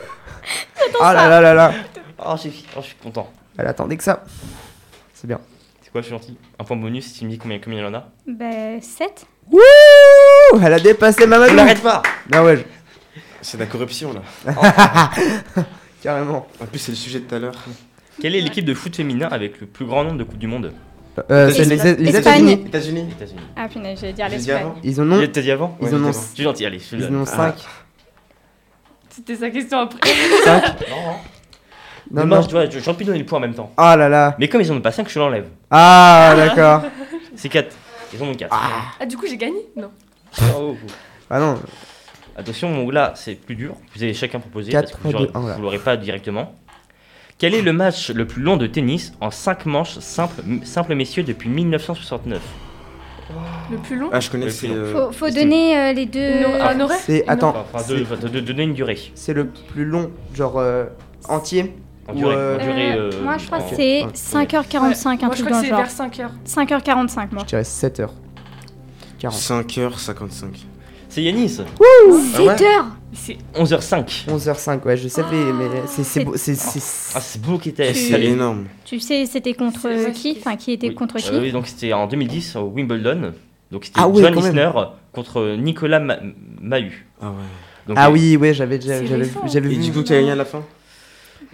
[SPEAKER 7] Ah là là là là.
[SPEAKER 6] Oh, j'ai- oh, je suis content.
[SPEAKER 7] Elle attendait que ça. C'est bien.
[SPEAKER 6] C'est quoi, je suis gentil Un point bonus si tu me dis combien, combien il en a.
[SPEAKER 8] Bah, 7.
[SPEAKER 7] Wouh Elle a dépassé Mamadou.
[SPEAKER 6] N'arrête pas
[SPEAKER 7] Ah ouais, je-
[SPEAKER 5] C'est de la corruption là.
[SPEAKER 7] carrément.
[SPEAKER 5] En plus, c'est le sujet de tout à l'heure.
[SPEAKER 6] Quelle est l'équipe de foot féminin avec le plus grand nombre de Coupes du Monde
[SPEAKER 7] Euh, c'est les,
[SPEAKER 8] Espagne.
[SPEAKER 7] les
[SPEAKER 8] Espagne.
[SPEAKER 7] États-Unis.
[SPEAKER 5] États-Unis.
[SPEAKER 6] États-Unis.
[SPEAKER 8] Ah, punaise, j'allais dire
[SPEAKER 5] J'ai dit avant.
[SPEAKER 8] l'Espagne.
[SPEAKER 7] Ils en
[SPEAKER 6] Il
[SPEAKER 7] ont,
[SPEAKER 6] était dit avant
[SPEAKER 7] ils
[SPEAKER 5] Ouais,
[SPEAKER 7] en ont,
[SPEAKER 5] j'étais
[SPEAKER 6] Je suis gentil, allez, je te le
[SPEAKER 7] ils en
[SPEAKER 6] donne.
[SPEAKER 7] ont 5.
[SPEAKER 4] C'était sa question après.
[SPEAKER 6] Non, non.
[SPEAKER 7] Non,
[SPEAKER 6] Mais moi,
[SPEAKER 7] non.
[SPEAKER 6] je dois, je- j'ai envie de donner le point en même temps.
[SPEAKER 7] Ah là là.
[SPEAKER 6] Mais comme ils en ont pas 5, je l'enlève.
[SPEAKER 7] Ah d'accord.
[SPEAKER 6] C'est 4. Ils en ont 4.
[SPEAKER 4] Ah, du coup, j'ai gagné Non.
[SPEAKER 7] Ah non.
[SPEAKER 6] Attention, bon, là c'est plus dur. Vous avez chacun proposé
[SPEAKER 7] Quatre,
[SPEAKER 6] parce que vous
[SPEAKER 7] trois, deux,
[SPEAKER 6] aurez-
[SPEAKER 7] un, là.
[SPEAKER 6] vous l'aurez pas directement. Quel est le match le plus long de tennis en 5 manches simple, m- simple messieurs depuis 1969
[SPEAKER 4] Le plus long
[SPEAKER 5] Ah, je connais,
[SPEAKER 6] Ouais,
[SPEAKER 5] c'est.
[SPEAKER 6] c'est
[SPEAKER 5] euh,
[SPEAKER 8] Faut, faut donner euh, les deux.
[SPEAKER 4] Une- Un horaire
[SPEAKER 7] C'est
[SPEAKER 4] Non.
[SPEAKER 7] attends.
[SPEAKER 6] Enfin, de, de- de donner une durée.
[SPEAKER 7] C'est le plus long, genre euh, entier.
[SPEAKER 6] En
[SPEAKER 7] Ou,
[SPEAKER 6] durée,
[SPEAKER 7] euh,
[SPEAKER 6] en durée,
[SPEAKER 8] Euh,
[SPEAKER 6] euh,
[SPEAKER 8] moi, je crois
[SPEAKER 6] en-
[SPEAKER 8] que c'est
[SPEAKER 7] Ouais.
[SPEAKER 8] 5h45, un
[SPEAKER 4] Moi, je
[SPEAKER 8] truc
[SPEAKER 4] crois que
[SPEAKER 8] dans le
[SPEAKER 4] c'est
[SPEAKER 8] genre.
[SPEAKER 4] vers 5 heures.
[SPEAKER 8] 5h45, moi.
[SPEAKER 7] Je dirais 7 heures. 40.
[SPEAKER 5] 5h55.
[SPEAKER 6] C'est Yanis
[SPEAKER 8] 7h
[SPEAKER 4] Mais C'est
[SPEAKER 6] 11h05.
[SPEAKER 7] 11h05, ouais, je savais, mais c'est- c'est beau- c'est- c'est-
[SPEAKER 6] Ah, c'est beau qui était.
[SPEAKER 5] C'est énorme.
[SPEAKER 8] Tu sais, c'était contre
[SPEAKER 4] C'est vrai
[SPEAKER 8] qui
[SPEAKER 4] que-
[SPEAKER 8] Enfin, qui était
[SPEAKER 6] Oui.
[SPEAKER 8] contre qui
[SPEAKER 6] Euh, oui, donc c'était en 2010 au Wimbledon. Donc c'était
[SPEAKER 7] Ah ouais,
[SPEAKER 6] John
[SPEAKER 7] quand même.
[SPEAKER 6] Isner contre Nicolas Ma- Mahut.
[SPEAKER 5] Ah ouais.
[SPEAKER 6] Donc,
[SPEAKER 7] Ah
[SPEAKER 6] euh,
[SPEAKER 7] oui, ouais, j'avais déjà
[SPEAKER 4] C'est
[SPEAKER 7] j'avais
[SPEAKER 4] récent.
[SPEAKER 7] j'avais
[SPEAKER 5] Et
[SPEAKER 7] vu.
[SPEAKER 5] du coup, qui a gagné à la fin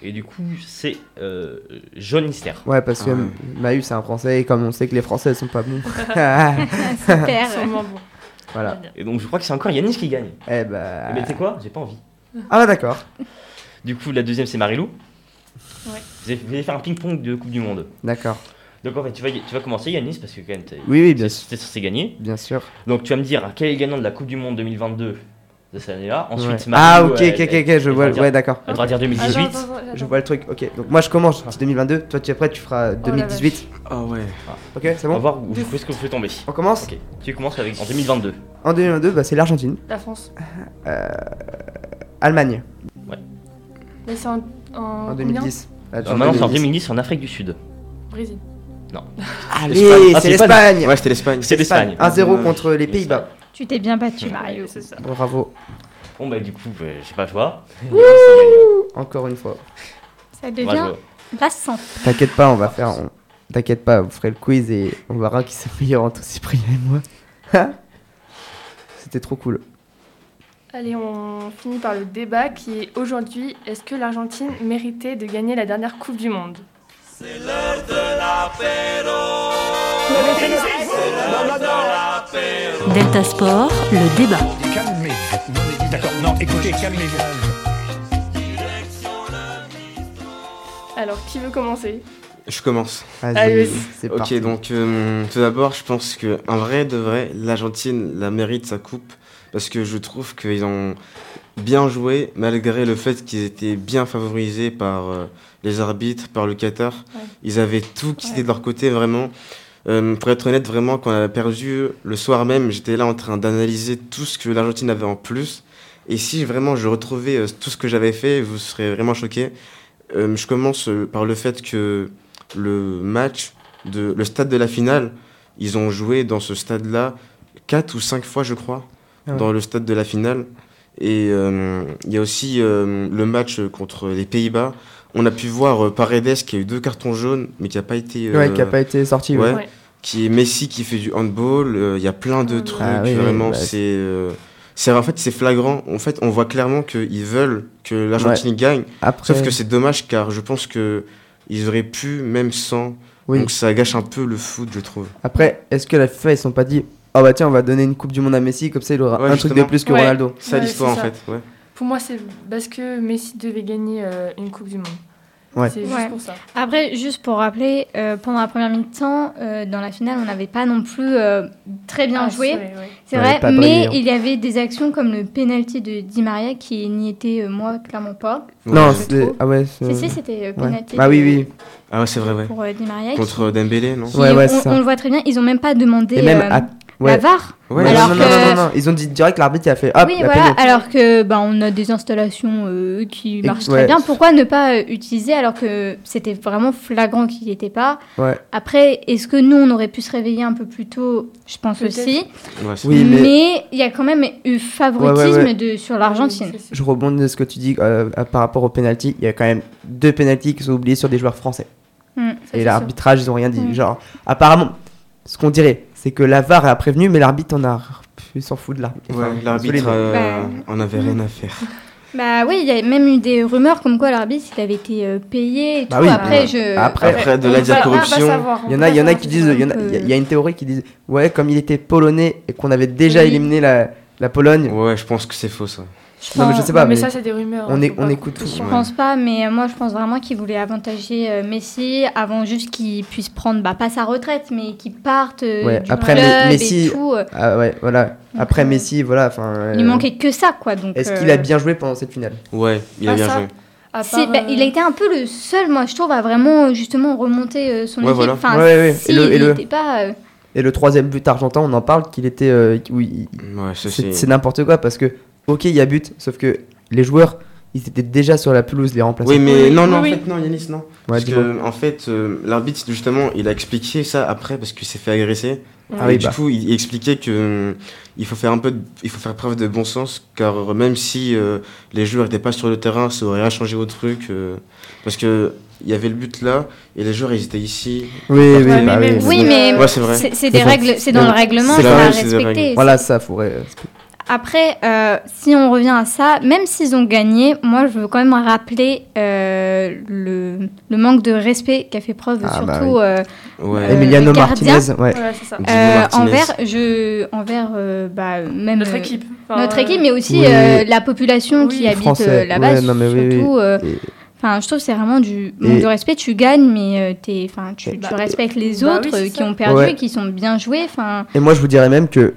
[SPEAKER 6] Et du coup, c'est euh, John Isner.
[SPEAKER 7] Ouais, parce que
[SPEAKER 5] Ah ouais.
[SPEAKER 7] Mahu c'est un français et comme on sait que les français elles sont pas bons.
[SPEAKER 8] Ah, Super
[SPEAKER 4] sûrement bon.
[SPEAKER 7] voilà.
[SPEAKER 6] Et donc je crois que c'est encore Yanis qui gagne.
[SPEAKER 7] Eh bah.
[SPEAKER 6] Mais tu sais quoi J'ai pas envie.
[SPEAKER 7] Ah bah d'accord.
[SPEAKER 6] Du coup, la deuxième, c'est Marilou.
[SPEAKER 4] Ouais.
[SPEAKER 6] Vous, allez, vous allez faire un ping-pong de Coupe du Monde.
[SPEAKER 7] D'accord.
[SPEAKER 6] Donc en fait, tu vas, tu vas commencer, Yanis, parce que quand même, t'es
[SPEAKER 7] Oui, oui, bien
[SPEAKER 6] t'es-
[SPEAKER 7] sûr.
[SPEAKER 6] t'es censé gagner.
[SPEAKER 7] Bien sûr.
[SPEAKER 6] Donc tu vas me dire quel est le gagnant de la Coupe du Monde 2022 de cette année-là. Ensuite,
[SPEAKER 7] Ouais. Ah
[SPEAKER 6] Marilou,
[SPEAKER 7] ok,
[SPEAKER 6] elle-
[SPEAKER 7] ok, ok,
[SPEAKER 6] elle-
[SPEAKER 7] ok, je
[SPEAKER 6] elle
[SPEAKER 7] vois.
[SPEAKER 6] va dire-
[SPEAKER 7] Ouais, d'accord.
[SPEAKER 6] Elle devra dire
[SPEAKER 4] Ah, attends,
[SPEAKER 6] 2018.
[SPEAKER 4] attends, attends,
[SPEAKER 7] Je
[SPEAKER 4] attends.
[SPEAKER 7] vois le truc. Ok, donc moi je commence. Je dis 2022. Toi tu es prêt, tu feras
[SPEAKER 4] la
[SPEAKER 7] 2018.
[SPEAKER 5] Ah ouais.
[SPEAKER 7] Ok, c'est
[SPEAKER 6] On va
[SPEAKER 7] bon.
[SPEAKER 6] voir où, où est-ce que vous pouvez tomber.
[SPEAKER 7] On commence.
[SPEAKER 6] Ok. Tu commences avec en 2022.
[SPEAKER 7] En 2022, bah, c'est l'Argentine,
[SPEAKER 4] La France.
[SPEAKER 7] Allemagne.
[SPEAKER 4] Mais c'est en, en,
[SPEAKER 7] En
[SPEAKER 4] combien
[SPEAKER 7] 2010. Ah, tu en
[SPEAKER 6] Alors
[SPEAKER 7] Ah,
[SPEAKER 6] maintenant, c'est en
[SPEAKER 7] 2010.
[SPEAKER 6] 2010 en Afrique du Sud.
[SPEAKER 4] Brésil.
[SPEAKER 6] L'Espagne.
[SPEAKER 7] Allez,
[SPEAKER 6] Ah,
[SPEAKER 7] c'est
[SPEAKER 6] c'est pas-
[SPEAKER 7] l'Espagne
[SPEAKER 5] Ouais, c'était l'Espagne.
[SPEAKER 6] C'est l'Espagne.
[SPEAKER 7] 1-0 contre les Pays-Bas.
[SPEAKER 8] Tu t'es bien battu, Mario.
[SPEAKER 4] c'est ça.
[SPEAKER 7] Bravo,
[SPEAKER 6] Bon bah du coup, euh, j'ai pas le choix.
[SPEAKER 7] encore une fois.
[SPEAKER 8] Ça
[SPEAKER 6] Moi,
[SPEAKER 8] devient
[SPEAKER 6] je-
[SPEAKER 8] lassant.
[SPEAKER 7] T'inquiète pas, on va faire. on- T'inquiète pas, vous ferez le quiz et on verra qui c'est meilleur entre Cyprien et moi. Hein C'était trop cool.
[SPEAKER 4] Allez, on finit par le débat qui est aujourd'hui est-ce que l'Argentine méritait de gagner la dernière Coupe du Monde
[SPEAKER 1] Delta Sport, le débat.
[SPEAKER 9] Calmez-vous. Non, mais D'accord, non, écoutez, calmez-vous.
[SPEAKER 4] Alors, qui veut commencer
[SPEAKER 5] Je commence.
[SPEAKER 7] Vas-y,
[SPEAKER 4] Allez,
[SPEAKER 7] c'est
[SPEAKER 5] Ok,
[SPEAKER 7] parti.
[SPEAKER 5] donc euh, tout d'abord, je pense que en vrai de vrai, l'Argentine la mérite sa coupe parce que je trouve qu'ils ont bien joué malgré le fait qu'ils étaient bien favorisés par euh, les arbitres, par le Qatar.
[SPEAKER 4] Ouais.
[SPEAKER 5] Ils avaient tout qui était
[SPEAKER 4] Ouais.
[SPEAKER 5] de leur côté vraiment. Euh, pour être honnête, vraiment, quand on a perdu le soir même, j'étais là en train d'analyser tout ce que l'Argentine avait en plus. Et si vraiment je retrouvais euh, tout ce que j'avais fait, vous serez vraiment choqués. Euh, je commence euh, par le fait que le match, de, le stade de la finale, ils ont joué dans ce stade-là quatre ou cinq fois, je crois,
[SPEAKER 7] Ah ouais.
[SPEAKER 5] dans le stade de la finale. Et euh, il y a aussi euh, le match euh, contre les Pays-Bas. On a pu voir euh, Paredes qui a eu deux cartons jaunes, mais qui n'a pas été. euh,
[SPEAKER 7] Ouais, qui a pas été sorti.
[SPEAKER 5] ouais.
[SPEAKER 7] ouais.
[SPEAKER 4] Ouais.
[SPEAKER 5] qui est Messi qui fait du handball. euh, Il y a plein de
[SPEAKER 4] Ah
[SPEAKER 5] trucs,
[SPEAKER 7] oui, oui,
[SPEAKER 5] vraiment.
[SPEAKER 7] bah,
[SPEAKER 5] c'est, euh, c'est, en fait, c'est flagrant. En fait, on voit clairement qu'ils veulent que l'Argentine gagne.
[SPEAKER 7] Après,
[SPEAKER 5] Sauf que c'est dommage car je pense que ils auraient pu même sans.
[SPEAKER 7] oui.
[SPEAKER 5] Donc ça gâche un peu le foot, je trouve.
[SPEAKER 7] Après, est-ce que la FIFA ils sont pas dit Ah bah tiens, on va donner une Coupe du Monde à Messi, comme ça il aura
[SPEAKER 5] Ouais,
[SPEAKER 7] un truc
[SPEAKER 5] justement.
[SPEAKER 7] de plus que
[SPEAKER 4] Ouais.
[SPEAKER 7] Ronaldo.
[SPEAKER 5] Ça
[SPEAKER 4] Ouais,
[SPEAKER 5] l'histoire en
[SPEAKER 4] c'est ça.
[SPEAKER 5] fait. Ouais.
[SPEAKER 4] Pour moi, c'est parce que Messi devait gagner euh, une Coupe du Monde.
[SPEAKER 7] Ouais.
[SPEAKER 4] C'est juste
[SPEAKER 8] Ouais.
[SPEAKER 4] pour ça.
[SPEAKER 8] Après, juste pour rappeler, euh, pendant la première mi-temps, euh, dans la finale, on n'avait pas non plus euh, très bien
[SPEAKER 4] Ah,
[SPEAKER 8] joué.
[SPEAKER 4] c'est- ouais.
[SPEAKER 8] C'est
[SPEAKER 7] On
[SPEAKER 8] vrai,
[SPEAKER 7] n'avait pas brillé,
[SPEAKER 8] mais
[SPEAKER 7] hein.
[SPEAKER 8] il y avait des actions comme le penalty de Di Maria qui n'y était, euh, moi, clairement pas.
[SPEAKER 7] Non,
[SPEAKER 5] Ouais.
[SPEAKER 7] c'est.
[SPEAKER 8] trouve.
[SPEAKER 7] Ah ouais, c'est.
[SPEAKER 8] Si, si, c'était euh,
[SPEAKER 7] ouais.
[SPEAKER 8] penalty.
[SPEAKER 7] Bah
[SPEAKER 8] de-
[SPEAKER 7] oui, oui.
[SPEAKER 5] Ah ouais, c'est vrai, ouais.
[SPEAKER 8] Pour euh, Di Maria. qui-
[SPEAKER 5] Contre Dembélé, non
[SPEAKER 8] qui,
[SPEAKER 7] Ouais, ouais,
[SPEAKER 8] on,
[SPEAKER 7] c'est ça.
[SPEAKER 8] on le voit très bien, ils ont même pas demandé
[SPEAKER 7] Et même
[SPEAKER 8] euh,
[SPEAKER 7] à-
[SPEAKER 8] la
[SPEAKER 7] Ouais.
[SPEAKER 8] VAR.
[SPEAKER 5] Ouais,
[SPEAKER 8] Alors
[SPEAKER 7] non, non,
[SPEAKER 8] que-
[SPEAKER 7] non, non, non, ils ont dit direct l'arbitre il a fait hop,
[SPEAKER 8] oui,
[SPEAKER 7] la
[SPEAKER 8] voilà.
[SPEAKER 7] pénalité.
[SPEAKER 8] Alors que bah, on a des installations euh, qui
[SPEAKER 7] Et-
[SPEAKER 8] marchent
[SPEAKER 7] ouais.
[SPEAKER 8] très bien. Pourquoi ne pas euh, utiliser alors que c'était vraiment flagrant qu'il n'y était pas
[SPEAKER 7] Ouais.
[SPEAKER 8] Après, est-ce que nous, on aurait pu se réveiller un peu plus tôt Je pense
[SPEAKER 4] Peut-être.
[SPEAKER 8] aussi.
[SPEAKER 5] Ouais, c'est-
[SPEAKER 7] Oui, mais-
[SPEAKER 8] Mais il y a quand même eu favoritisme
[SPEAKER 7] Ouais, ouais, ouais.
[SPEAKER 8] De, sur l'Argentine.
[SPEAKER 4] Oui, c'est-
[SPEAKER 7] Je rebondis de ce que tu dis euh, à- par rapport au penalty. Il y a quand même deux penalties qui sont oubliés sur des joueurs français.
[SPEAKER 8] Mm.
[SPEAKER 4] c'est-
[SPEAKER 7] Et
[SPEAKER 4] ça,
[SPEAKER 7] l'arbitrage, ils ont rien dit.
[SPEAKER 8] Mm.
[SPEAKER 7] Genre, apparemment, ce qu'on dirait, c'est que la VAR a prévenu, mais l'arbitre en a. Il s'en fout de l'arbitre.
[SPEAKER 5] Ouais,
[SPEAKER 7] Enfin, désolé,
[SPEAKER 5] l'arbitre,
[SPEAKER 7] mais-
[SPEAKER 5] euh,
[SPEAKER 8] Bah,
[SPEAKER 5] on avait rien à faire.
[SPEAKER 8] Bah oui, il y a même eu des rumeurs comme quoi l'arbitre, il avait été euh, payé et
[SPEAKER 7] Bah
[SPEAKER 8] tout.
[SPEAKER 7] oui,
[SPEAKER 8] Après,
[SPEAKER 5] bah,
[SPEAKER 8] je...
[SPEAKER 7] après,
[SPEAKER 4] Ouais.
[SPEAKER 5] Après, de
[SPEAKER 4] On
[SPEAKER 5] la
[SPEAKER 4] va- on va
[SPEAKER 5] corruption.
[SPEAKER 4] savoir, on
[SPEAKER 7] Il y en
[SPEAKER 4] va
[SPEAKER 7] a, il y en a
[SPEAKER 4] savoir
[SPEAKER 7] qui
[SPEAKER 4] si
[SPEAKER 7] disent,
[SPEAKER 4] c'est
[SPEAKER 7] il y, en a-
[SPEAKER 8] un peu-
[SPEAKER 7] il y a- il y a une théorie qui dit, ouais, comme il était polonais et qu'on avait déjà
[SPEAKER 8] Oui. Oh.
[SPEAKER 7] éliminé la, la Pologne,
[SPEAKER 5] Ouais, je pense que c'est faux ça.
[SPEAKER 8] je
[SPEAKER 7] non, mais je
[SPEAKER 8] pense-
[SPEAKER 7] sais pas,
[SPEAKER 4] mais,
[SPEAKER 7] mais-
[SPEAKER 4] ça, c'est des rumeurs.
[SPEAKER 7] on
[SPEAKER 4] hein,
[SPEAKER 7] est-
[SPEAKER 4] faut
[SPEAKER 7] on
[SPEAKER 4] pas
[SPEAKER 7] écoute
[SPEAKER 4] couper
[SPEAKER 7] tout.
[SPEAKER 8] Je
[SPEAKER 4] sur-
[SPEAKER 5] Ouais.
[SPEAKER 8] pense pas, mais euh, moi je pense vraiment qu'il voulait avantager euh, Messi avant juste qu'il puisse prendre, bah pas sa retraite, mais qu'il parte euh,
[SPEAKER 7] Ouais,
[SPEAKER 8] du
[SPEAKER 7] après,
[SPEAKER 8] club
[SPEAKER 7] mais-
[SPEAKER 8] et
[SPEAKER 7] Messi-
[SPEAKER 8] tout. euh,
[SPEAKER 7] ah ouais, voilà. Après
[SPEAKER 8] euh,
[SPEAKER 7] Messi, voilà, enfin.
[SPEAKER 8] il
[SPEAKER 7] euh,
[SPEAKER 8] manquait que ça quoi. Donc,
[SPEAKER 7] Est-ce
[SPEAKER 8] euh,
[SPEAKER 7] qu'il a bien joué pendant cette finale
[SPEAKER 5] Ouais, il a
[SPEAKER 4] Ah,
[SPEAKER 5] bien
[SPEAKER 4] ça,
[SPEAKER 5] joué.
[SPEAKER 4] à part,
[SPEAKER 8] c'est- bah,
[SPEAKER 4] euh,
[SPEAKER 8] Il a été un peu le seul, moi je trouve, à vraiment euh, justement remonter euh, son
[SPEAKER 5] Ouais,
[SPEAKER 8] équipe.
[SPEAKER 5] voilà.
[SPEAKER 8] Enfin,
[SPEAKER 7] Ouais, ouais, ouais.
[SPEAKER 8] si
[SPEAKER 7] Et le- et
[SPEAKER 8] il
[SPEAKER 7] le-
[SPEAKER 8] était pas, euh,
[SPEAKER 7] Et le troisième but argentin, on en parle, qu'il était, euh, oui,
[SPEAKER 5] Ouais, ça,
[SPEAKER 7] c'est
[SPEAKER 5] c'est.
[SPEAKER 7] c'est n'importe quoi parce que, ok, il y a but, sauf que les joueurs, ils étaient déjà sur la pelouse, les remplaçants.
[SPEAKER 5] Oui, mais
[SPEAKER 4] Oui,
[SPEAKER 5] non,
[SPEAKER 4] oui,
[SPEAKER 5] non, en
[SPEAKER 4] oui.
[SPEAKER 5] fait, non, Yanis, non.
[SPEAKER 7] Ouais,
[SPEAKER 5] Parce
[SPEAKER 7] dis-moi.
[SPEAKER 5] que, en fait, euh, l'arbitre, justement, il a expliqué ça après parce qu'il s'est fait agresser.
[SPEAKER 7] Ah oui,
[SPEAKER 5] Et du
[SPEAKER 7] bah.
[SPEAKER 5] coup, il il expliquait que euh, il faut faire un peu, de- il faut faire preuve de bon sens, car même si euh, les joueurs n'étaient pas sur le terrain, ça aurait rien changé au truc, euh, parce que il y avait le but là et les joueurs ils étaient ici.
[SPEAKER 7] Oui, oui,
[SPEAKER 4] Ouais, mais
[SPEAKER 7] bah
[SPEAKER 4] même
[SPEAKER 7] oui.
[SPEAKER 4] si-
[SPEAKER 8] Oui, mais
[SPEAKER 5] Ouais, c'est vrai.
[SPEAKER 8] c'est c'est des
[SPEAKER 7] C'est vrai.
[SPEAKER 8] règles, c'est dans
[SPEAKER 7] C'est
[SPEAKER 8] le
[SPEAKER 7] vrai.
[SPEAKER 8] règlement,
[SPEAKER 5] C'est
[SPEAKER 8] il faut
[SPEAKER 5] vrai,
[SPEAKER 8] la
[SPEAKER 5] c'est des règles.
[SPEAKER 8] respecter.
[SPEAKER 7] Voilà, ça, faudrait.
[SPEAKER 8] Après, euh, si on revient à ça, même s'ils ont gagné, moi je veux quand même rappeler euh, le, le manque de respect qu'a fait preuve
[SPEAKER 7] Ah,
[SPEAKER 8] surtout
[SPEAKER 7] bah
[SPEAKER 8] euh,
[SPEAKER 5] Ouais.
[SPEAKER 8] Euh,
[SPEAKER 7] Emiliano
[SPEAKER 8] gardien.
[SPEAKER 7] Martinez, ouais.
[SPEAKER 4] Voilà, c'est ça.
[SPEAKER 5] Diego
[SPEAKER 8] euh,
[SPEAKER 5] Martinez.
[SPEAKER 8] envers, je, envers euh, bah, même
[SPEAKER 4] Notre
[SPEAKER 8] euh,
[SPEAKER 4] équipe. Enfin,
[SPEAKER 8] notre
[SPEAKER 4] euh,
[SPEAKER 8] équipe, mais aussi
[SPEAKER 7] Oui.
[SPEAKER 8] euh, la population
[SPEAKER 4] Oui.
[SPEAKER 8] qui habite
[SPEAKER 7] Français.
[SPEAKER 8] euh, là-bas.
[SPEAKER 7] Ouais, non, mais oui,
[SPEAKER 8] surtout, euh,
[SPEAKER 7] Et-
[SPEAKER 8] enfin, je trouve que c'est vraiment du manque
[SPEAKER 7] Et-
[SPEAKER 8] de respect. Tu gagnes, mais euh, t'es- enfin, tu, tu
[SPEAKER 4] Bah,
[SPEAKER 8] respectes les
[SPEAKER 4] bah oui,
[SPEAKER 8] autres
[SPEAKER 4] c'est
[SPEAKER 8] euh, qui
[SPEAKER 4] ça.
[SPEAKER 8] ont perdu,
[SPEAKER 7] Ouais.
[SPEAKER 8] et qui sont bien joués. Enfin,
[SPEAKER 7] Et moi, je vous dirais même que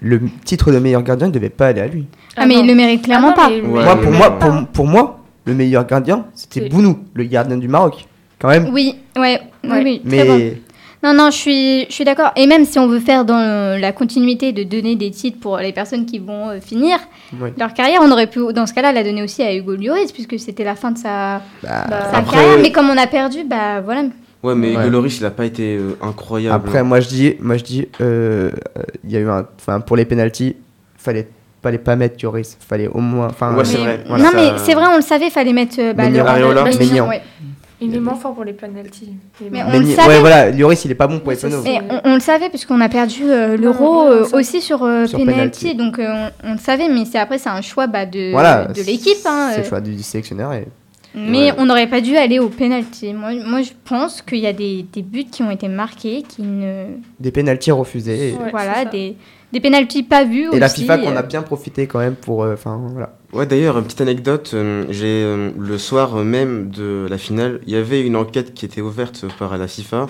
[SPEAKER 7] le titre de meilleur gardien ne devait pas aller à lui.
[SPEAKER 8] ah, mais
[SPEAKER 4] non.
[SPEAKER 8] il le mérite clairement
[SPEAKER 4] Ah, non,
[SPEAKER 8] pas.
[SPEAKER 4] mais-
[SPEAKER 5] Ouais.
[SPEAKER 7] Moi,
[SPEAKER 5] mais
[SPEAKER 7] pour,
[SPEAKER 5] même
[SPEAKER 7] moi,
[SPEAKER 4] pas.
[SPEAKER 7] pour, pour moi, le meilleur gardien,
[SPEAKER 4] C'est-
[SPEAKER 7] c'était Bounou, le gardien du Maroc. Quand même.
[SPEAKER 8] Oui, ouais, oui,
[SPEAKER 4] Ouais.
[SPEAKER 8] oui,
[SPEAKER 7] mais
[SPEAKER 8] très bon. Non, non, je suis, je suis d'accord. Et même si on veut faire dans le- la continuité de donner des titres pour les personnes qui vont euh, finir
[SPEAKER 7] Ouais.
[SPEAKER 8] leur carrière, on aurait pu, dans ce cas-là, la donner aussi à Hugo Lloris, puisque c'était la fin de sa,
[SPEAKER 7] bah,
[SPEAKER 8] sa
[SPEAKER 4] Bah,
[SPEAKER 5] Après-
[SPEAKER 8] carrière. Mais comme on a perdu, bah voilà.
[SPEAKER 5] Ouais, mais
[SPEAKER 7] Ouais.
[SPEAKER 5] Goloris, il a pas été euh, incroyable.
[SPEAKER 7] Après, moi je dis, moi je dis, euh, euh, il y a eu un, enfin pour les pénalties, fallait, fallait pas mettre Lloris, fallait au moins, enfin,
[SPEAKER 5] Ouais, c'est
[SPEAKER 8] Mais-
[SPEAKER 5] vrai.
[SPEAKER 8] non,
[SPEAKER 5] Voilà, ça-
[SPEAKER 8] mais c'est vrai, on le savait, fallait mettre euh, bah,
[SPEAKER 7] Maignan.
[SPEAKER 8] Laurent
[SPEAKER 5] Areola,
[SPEAKER 8] Bastien,
[SPEAKER 7] Maignan.
[SPEAKER 8] ouais.
[SPEAKER 4] Il est moins fort pour les penalties. Il est
[SPEAKER 8] Mais
[SPEAKER 4] moins-
[SPEAKER 8] on le
[SPEAKER 7] Maignan-
[SPEAKER 8] savait.
[SPEAKER 7] ouais, voilà, Lloris il est pas bon pour les
[SPEAKER 4] Mais c'est
[SPEAKER 7] pénaux.
[SPEAKER 4] ça.
[SPEAKER 8] Mais on, on le savait puisqu'on a perdu euh, l'euro
[SPEAKER 4] Ouais, ouais,
[SPEAKER 8] euh,
[SPEAKER 4] ça-
[SPEAKER 8] aussi sur, euh,
[SPEAKER 7] Sur penalty.
[SPEAKER 8] penalty, donc euh, on, on le savait, mais c'est après c'est un choix bah, de,
[SPEAKER 7] Voilà,
[SPEAKER 8] de l'équipe. hein,
[SPEAKER 7] c'est le
[SPEAKER 8] euh,
[SPEAKER 7] choix du, du sélectionneur et
[SPEAKER 8] Mais
[SPEAKER 5] Ouais.
[SPEAKER 8] on n'aurait pas dû aller au penalty. Moi, moi je pense qu'il y a des, des buts qui ont été marqués, qui ne
[SPEAKER 7] des pénalties refusés. Et,
[SPEAKER 4] Ouais,
[SPEAKER 8] voilà
[SPEAKER 4] c'est ça.
[SPEAKER 8] des des pénalties pas vus
[SPEAKER 7] et
[SPEAKER 8] aussi.
[SPEAKER 7] la FIFA qu'on a
[SPEAKER 8] euh,
[SPEAKER 7] bien profité quand même pour, euh, enfin voilà.
[SPEAKER 5] Ouais, d'ailleurs, une petite anecdote. euh, J'ai euh, le soir même de la finale, il y avait une enquête qui était ouverte par la FIFA.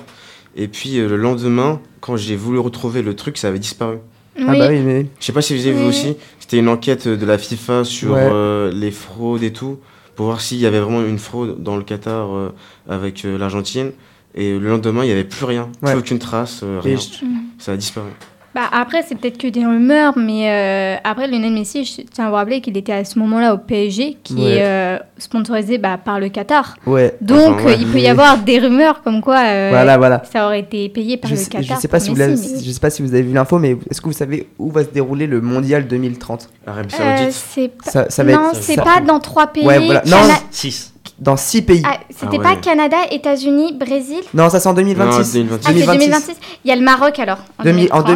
[SPEAKER 5] Et puis euh, le lendemain, quand j'ai voulu retrouver le truc, ça avait disparu.
[SPEAKER 7] Ah
[SPEAKER 8] oui.
[SPEAKER 7] bah oui, mais
[SPEAKER 5] Je sais pas si vous avez vu
[SPEAKER 8] Oui.
[SPEAKER 5] aussi, c'était une enquête euh, de la FIFA sur
[SPEAKER 7] Ouais.
[SPEAKER 5] euh, les fraudes et tout, pour voir s'il y avait vraiment une fraude dans le Qatar euh, avec euh, l'Argentine. Et le lendemain, il n'y avait plus rien,
[SPEAKER 7] Ouais.
[SPEAKER 5] plus aucune trace, euh, rien.
[SPEAKER 7] et je-
[SPEAKER 5] Ça a disparu.
[SPEAKER 8] Bah, après, c'est peut-être que des rumeurs, mais euh, après, Lionel Messi, je tiens à vous rappeler qu'il était à ce moment-là au PSG, qui
[SPEAKER 7] Ouais. Ah,
[SPEAKER 8] est euh, sponsorisé bah, par le Qatar.
[SPEAKER 7] ouais,
[SPEAKER 8] Donc,
[SPEAKER 5] Enfin, ouais,
[SPEAKER 8] euh, il peut y
[SPEAKER 7] mais-
[SPEAKER 8] avoir des rumeurs comme quoi euh,
[SPEAKER 7] voilà, voilà.
[SPEAKER 8] ça aurait été payé par
[SPEAKER 7] Je
[SPEAKER 8] le
[SPEAKER 7] sais,
[SPEAKER 8] Qatar.
[SPEAKER 7] je sais pas si
[SPEAKER 8] pour
[SPEAKER 7] vous l'avez-
[SPEAKER 8] Messi, mais-
[SPEAKER 7] je sais pas si vous avez vu l'info, mais est-ce que vous savez où va se dérouler le Mondial 2030
[SPEAKER 5] Arabie
[SPEAKER 8] Euh,
[SPEAKER 5] Saoudite.
[SPEAKER 8] c'est pas-
[SPEAKER 7] Ça, ça va
[SPEAKER 8] non,
[SPEAKER 7] être
[SPEAKER 8] c'est
[SPEAKER 7] ça-
[SPEAKER 8] pas dans trois pays.
[SPEAKER 7] Ouais, voilà. Non,
[SPEAKER 8] Cana-
[SPEAKER 6] 6.
[SPEAKER 7] dans 6 pays.
[SPEAKER 8] Ah, C'était
[SPEAKER 5] Ah
[SPEAKER 8] pas
[SPEAKER 5] ouais.
[SPEAKER 8] Canada, États-unis, Brésil.
[SPEAKER 7] Non, ça c'est en
[SPEAKER 5] Non,
[SPEAKER 7] 2026.
[SPEAKER 5] 2026.
[SPEAKER 8] Ah, c'est
[SPEAKER 7] 2026.
[SPEAKER 8] 2026. Il y a le Maroc alors. En
[SPEAKER 7] 2000 en
[SPEAKER 8] 2030.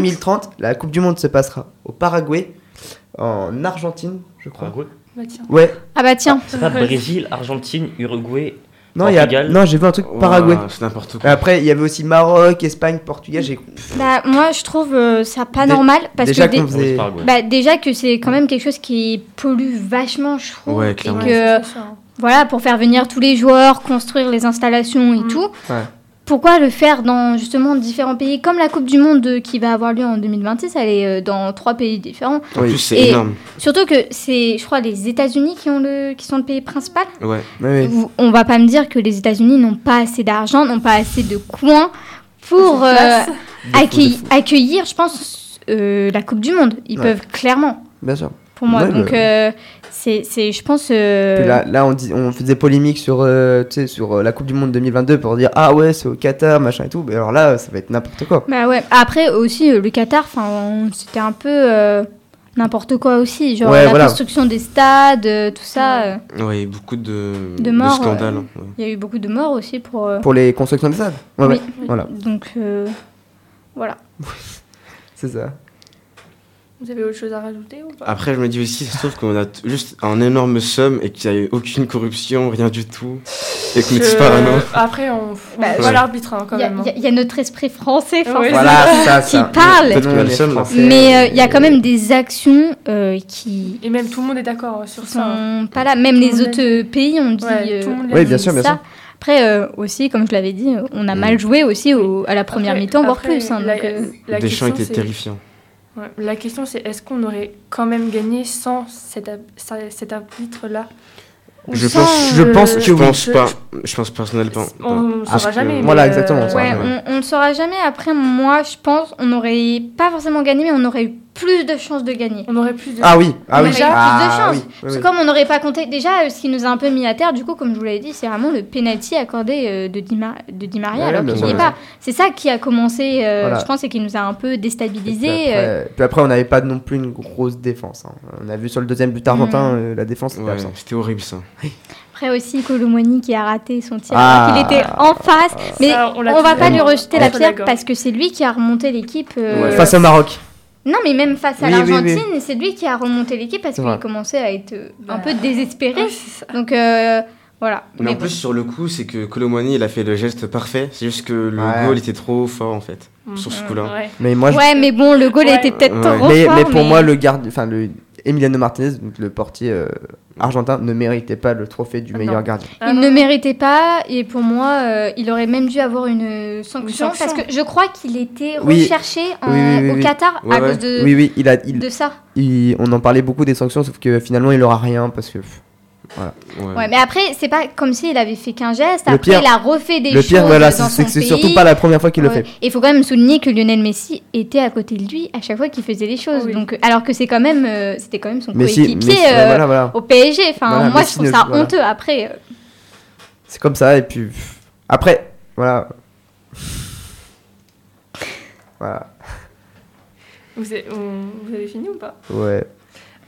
[SPEAKER 7] 2030, la Coupe du Monde se passera au Paraguay, en Argentine, je crois.
[SPEAKER 4] Bah, tiens.
[SPEAKER 7] Ouais.
[SPEAKER 8] Ah bah tiens.
[SPEAKER 6] C'est pas Brésil, Argentine, Uruguay.
[SPEAKER 7] Non, il y a...
[SPEAKER 6] Portugal.
[SPEAKER 7] non j'ai vu un truc Paraguay. Ah,
[SPEAKER 5] Ouah, C'est n'importe quoi.
[SPEAKER 7] Après, il y avait aussi Maroc, Espagne, Portugal. J'ai...
[SPEAKER 8] Bah, moi, je trouve euh, ça pas
[SPEAKER 7] Dé-
[SPEAKER 8] normal parce
[SPEAKER 7] Déjà
[SPEAKER 8] que des-
[SPEAKER 7] qu'on
[SPEAKER 6] Ah ouais, c'est
[SPEAKER 7] faisait.
[SPEAKER 6] Paraguay.
[SPEAKER 8] Bah déjà que c'est quand même quelque chose qui pollue vachement, je trouve.
[SPEAKER 5] Ouais,
[SPEAKER 8] et
[SPEAKER 5] clairement.
[SPEAKER 8] que
[SPEAKER 4] Ouais, c'est ça.
[SPEAKER 8] voilà, pour faire venir tous les joueurs, construire les installations et
[SPEAKER 4] Mm.
[SPEAKER 8] tout.
[SPEAKER 7] Ouais.
[SPEAKER 8] Pourquoi le faire dans justement différents pays Comme la Coupe du Monde euh, qui va avoir lieu en 2026, elle est euh, dans trois pays différents.
[SPEAKER 5] En
[SPEAKER 7] Oui.
[SPEAKER 5] plus, c'est
[SPEAKER 8] Et-
[SPEAKER 5] énorme.
[SPEAKER 8] Surtout que c'est, je crois, les États-Unis qui, ont le, qui sont le pays principal.
[SPEAKER 5] Ouais.
[SPEAKER 7] Ouais, ouais.
[SPEAKER 8] Vous- On va pas me dire que les États-Unis n'ont pas assez d'argent, n'ont pas assez de coins pour euh,
[SPEAKER 4] Place.
[SPEAKER 8] accueillir, accueillir, je pense, euh, la Coupe du Monde. Ils
[SPEAKER 7] Ouais.
[SPEAKER 8] peuvent clairement
[SPEAKER 7] Bien sûr.
[SPEAKER 8] pour moi.
[SPEAKER 7] Ouais,
[SPEAKER 8] Donc,
[SPEAKER 7] bah.
[SPEAKER 8] euh, c'est, c'est- je pense. euh,
[SPEAKER 7] Puis là, là on, dis- on faisait polémique sur, euh, tu sais, sur euh, la Coupe du Monde 2022 pour dire Ah ouais, c'est au Qatar, machin et tout. Mais alors là, ça va être n'importe quoi.
[SPEAKER 8] Bah ouais. Après aussi, euh, le Qatar, enfin, on- c'était un peu euh, n'importe quoi aussi. Genre
[SPEAKER 7] Ouais,
[SPEAKER 8] la
[SPEAKER 7] voilà.
[SPEAKER 8] construction des stades, euh, tout ça. euh,
[SPEAKER 5] Ouais, beaucoup de,
[SPEAKER 8] De morts,
[SPEAKER 5] scandales. ouais.
[SPEAKER 8] Il y a eu beaucoup de morts aussi pour. euh,
[SPEAKER 7] Pour les constructions de stades. Ouais,
[SPEAKER 8] Oui.
[SPEAKER 7] ouais. Voilà,
[SPEAKER 8] Donc euh, voilà.
[SPEAKER 7] c'est ça.
[SPEAKER 4] Vous avez autre chose à rajouter ou pas
[SPEAKER 7] Ah,
[SPEAKER 5] Après, je me dis aussi, ça se trouve qu'on a t- juste un énorme somme et qu'il n'y a eu aucune corruption, rien du tout. Et qu'on
[SPEAKER 4] Je-
[SPEAKER 5] est tous parano.
[SPEAKER 4] Après, on on
[SPEAKER 8] Bah,
[SPEAKER 4] voit
[SPEAKER 5] ouais.
[SPEAKER 4] l'arbitre hein, quand
[SPEAKER 8] Il y, a-
[SPEAKER 4] même. hein.
[SPEAKER 8] il y a- il y a notre esprit français. enfin,
[SPEAKER 4] Ouais,
[SPEAKER 8] c'est-
[SPEAKER 7] Voilà, ça, ça.
[SPEAKER 8] Qui parle.
[SPEAKER 7] Peut-être
[SPEAKER 5] Nous,
[SPEAKER 7] qu'on
[SPEAKER 5] nous
[SPEAKER 7] est
[SPEAKER 5] sommes là.
[SPEAKER 7] français,
[SPEAKER 8] Mais euh, il y a quand même des actions euh, qui
[SPEAKER 4] Et même tout le monde est d'accord euh, sur
[SPEAKER 8] qui
[SPEAKER 4] ça. hein.
[SPEAKER 8] sont pas là. Même
[SPEAKER 4] Tout le
[SPEAKER 8] les
[SPEAKER 4] monde
[SPEAKER 8] autres euh, pays, on dit.
[SPEAKER 4] Ouais,
[SPEAKER 8] euh,
[SPEAKER 4] tout le monde
[SPEAKER 7] Oui,
[SPEAKER 4] l'a
[SPEAKER 7] bien
[SPEAKER 4] dit.
[SPEAKER 7] sûr, Mm.
[SPEAKER 8] ça. Après euh, aussi, comme je l'avais dit, euh, on a mal joué aussi au- à la première
[SPEAKER 4] Après-
[SPEAKER 8] mi-temps, voire
[SPEAKER 4] après,
[SPEAKER 8] plus. hein,
[SPEAKER 4] la-
[SPEAKER 8] donc, euh,
[SPEAKER 4] la question,
[SPEAKER 5] Deschamps était
[SPEAKER 4] c'est-
[SPEAKER 5] terrifiant.
[SPEAKER 4] ouais, La question, c'est est-ce qu'on aurait quand même gagné sans cet, ab- ça- cet arbitre-là Ou
[SPEAKER 5] Je
[SPEAKER 4] sans,
[SPEAKER 5] pense-
[SPEAKER 7] je
[SPEAKER 4] euh,
[SPEAKER 7] pense
[SPEAKER 5] Je pense
[SPEAKER 4] je-
[SPEAKER 5] pas. Je pense personnellement pas.
[SPEAKER 4] On ne
[SPEAKER 5] Parce
[SPEAKER 4] saura
[SPEAKER 5] que-
[SPEAKER 4] jamais. mais,
[SPEAKER 7] Voilà,
[SPEAKER 4] euh,
[SPEAKER 7] exactement, on saura
[SPEAKER 8] ouais,
[SPEAKER 7] jamais.
[SPEAKER 8] on- on ne saura jamais. Après, moi, je pense, on n'aurait pas forcément gagné, mais on aurait eu plus de chances de gagner.
[SPEAKER 4] On aurait plus de.
[SPEAKER 7] Ah oui, ah
[SPEAKER 8] on
[SPEAKER 7] oui.
[SPEAKER 8] aurait eu
[SPEAKER 7] Ah
[SPEAKER 8] plus de
[SPEAKER 7] oui,
[SPEAKER 8] chances.
[SPEAKER 7] oui,
[SPEAKER 8] Parce
[SPEAKER 7] oui.
[SPEAKER 8] que comme on n'aurait pas compté, déjà, euh, ce qui nous a un peu mis à terre, du coup, comme je vous l'avais dit, c'est vraiment le penalty accordé euh, de Di, Ma- de Di Maria,
[SPEAKER 7] Ouais,
[SPEAKER 8] alors
[SPEAKER 7] bien
[SPEAKER 8] qu'il
[SPEAKER 7] sûr,
[SPEAKER 8] n'y est
[SPEAKER 7] bien
[SPEAKER 8] pas. C'est ça qui a commencé, euh,
[SPEAKER 7] Voilà.
[SPEAKER 8] je pense, et qui nous a un peu
[SPEAKER 7] Puis
[SPEAKER 8] déstabilisés.
[SPEAKER 7] après,
[SPEAKER 8] euh.
[SPEAKER 7] puis après, on n'avait pas non plus une grosse défense. hein. On a vu sur le deuxième but
[SPEAKER 8] Mm.
[SPEAKER 7] argentin, euh, la défense était
[SPEAKER 5] Ouais,
[SPEAKER 7] absente.
[SPEAKER 5] c'était horrible ça.
[SPEAKER 8] Après aussi, Colomwani qui a raté son tir,
[SPEAKER 7] Ah.
[SPEAKER 8] alors qu'il était en face. Mais
[SPEAKER 4] Ça,
[SPEAKER 8] on,
[SPEAKER 4] on l'a
[SPEAKER 8] va
[SPEAKER 4] tous
[SPEAKER 8] pas
[SPEAKER 4] dit.
[SPEAKER 8] lui rejeter la
[SPEAKER 4] Entre
[SPEAKER 8] pierre
[SPEAKER 4] la gorge.
[SPEAKER 8] parce que c'est lui qui a remonté l'équipe. euh,
[SPEAKER 4] Ouais.
[SPEAKER 7] Face au Maroc.
[SPEAKER 8] Non, mais même face à
[SPEAKER 7] Oui, oui, oui.
[SPEAKER 8] l'Argentine, c'est lui qui a remonté l'équipe parce
[SPEAKER 7] C'est
[SPEAKER 8] qu'il
[SPEAKER 7] vrai.
[SPEAKER 8] commençait à être euh, un
[SPEAKER 4] Bah.
[SPEAKER 8] peu
[SPEAKER 4] Ouais,
[SPEAKER 8] désespéré.
[SPEAKER 4] c'est ça.
[SPEAKER 8] Donc euh, voilà.
[SPEAKER 5] Mais en
[SPEAKER 8] bon.
[SPEAKER 5] plus, sur le coup, c'est que Colomani, il a fait le geste parfait. C'est juste que le
[SPEAKER 7] Ouais.
[SPEAKER 5] goal était trop fort en fait.
[SPEAKER 4] Mm.
[SPEAKER 5] Sur ce coup-là.
[SPEAKER 4] Ouais.
[SPEAKER 7] Mais moi, je-
[SPEAKER 8] Ouais, mais bon, le goal
[SPEAKER 4] Ouais.
[SPEAKER 8] était peut-être
[SPEAKER 5] Ouais.
[SPEAKER 8] trop
[SPEAKER 7] mais,
[SPEAKER 8] fort.
[SPEAKER 7] mais pour moi, le garde, enfin le Emiliano Martinez, donc le portier euh, argentin, ne méritait pas le trophée du
[SPEAKER 4] Ah,
[SPEAKER 7] meilleur
[SPEAKER 4] non.
[SPEAKER 7] gardien.
[SPEAKER 4] Ah
[SPEAKER 8] Il
[SPEAKER 4] non.
[SPEAKER 8] ne méritait pas et pour moi, euh, il aurait même dû avoir une sanction,
[SPEAKER 4] sanction.
[SPEAKER 8] parce que je crois qu'il était
[SPEAKER 7] Oui.
[SPEAKER 8] recherché en-
[SPEAKER 7] Oui, oui, oui,
[SPEAKER 8] au
[SPEAKER 7] oui.
[SPEAKER 8] Qatar
[SPEAKER 5] Ouais,
[SPEAKER 8] à
[SPEAKER 5] ouais.
[SPEAKER 8] cause de,
[SPEAKER 7] oui, oui, il a, il,
[SPEAKER 8] Euh, de ça.
[SPEAKER 7] il- on en parlait beaucoup des sanctions, sauf que finalement, il aura rien parce que pff,
[SPEAKER 5] Ouais.
[SPEAKER 8] Ouais, mais après, c'est pas comme s'il avait fait qu'un geste.
[SPEAKER 7] Le
[SPEAKER 8] Après,
[SPEAKER 7] pire-
[SPEAKER 8] il a refait des
[SPEAKER 7] le
[SPEAKER 8] choses.
[SPEAKER 7] pire, voilà,
[SPEAKER 8] dans
[SPEAKER 7] c'est c'est
[SPEAKER 8] son
[SPEAKER 7] que c'est
[SPEAKER 8] pays.
[SPEAKER 7] surtout pas la première fois qu'il le
[SPEAKER 8] Ouais.
[SPEAKER 7] fait.
[SPEAKER 8] Et il faut quand même souligner que Lionel Messi était à côté de lui à chaque fois qu'il faisait les choses.
[SPEAKER 4] Oui.
[SPEAKER 8] Donc, alors que c'est quand même, euh, c'était quand même son
[SPEAKER 7] Mais si,
[SPEAKER 8] coéquipier
[SPEAKER 7] mais si- ouais,
[SPEAKER 8] euh,
[SPEAKER 7] voilà, voilà.
[SPEAKER 8] au PSG. Enfin,
[SPEAKER 7] Voilà,
[SPEAKER 8] moi,
[SPEAKER 7] Messi
[SPEAKER 8] je trouve
[SPEAKER 7] ne-
[SPEAKER 8] ça
[SPEAKER 7] voilà.
[SPEAKER 8] honteux. Après, euh,
[SPEAKER 7] C'est comme ça, et puis pff, après, voilà, Voilà.
[SPEAKER 4] Vous avez, on- vous avez fini ou pas
[SPEAKER 7] Ouais.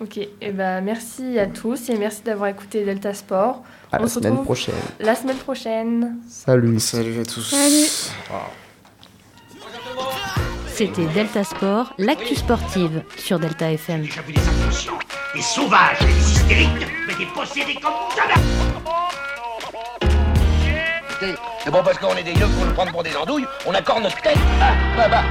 [SPEAKER 4] Ok, et ben merci à tous et merci d'avoir écouté Delta Sport
[SPEAKER 7] À la
[SPEAKER 4] On se
[SPEAKER 7] semaine
[SPEAKER 4] retrouve.
[SPEAKER 7] prochaine.
[SPEAKER 4] la semaine prochaine.
[SPEAKER 7] Salut.
[SPEAKER 10] Salut à tous.
[SPEAKER 5] Salut.
[SPEAKER 1] C'était Delta Sport, l'actu sportive sur Delta FM.
[SPEAKER 11] J'ai vu des inconscients, des sauvages, des hystériques, mais des possédés comme jamais
[SPEAKER 2] C'est bon parce qu'on est des yeux qu'on nous prendre pour des andouilles, on accorde notre tête. Ah, bah, bah.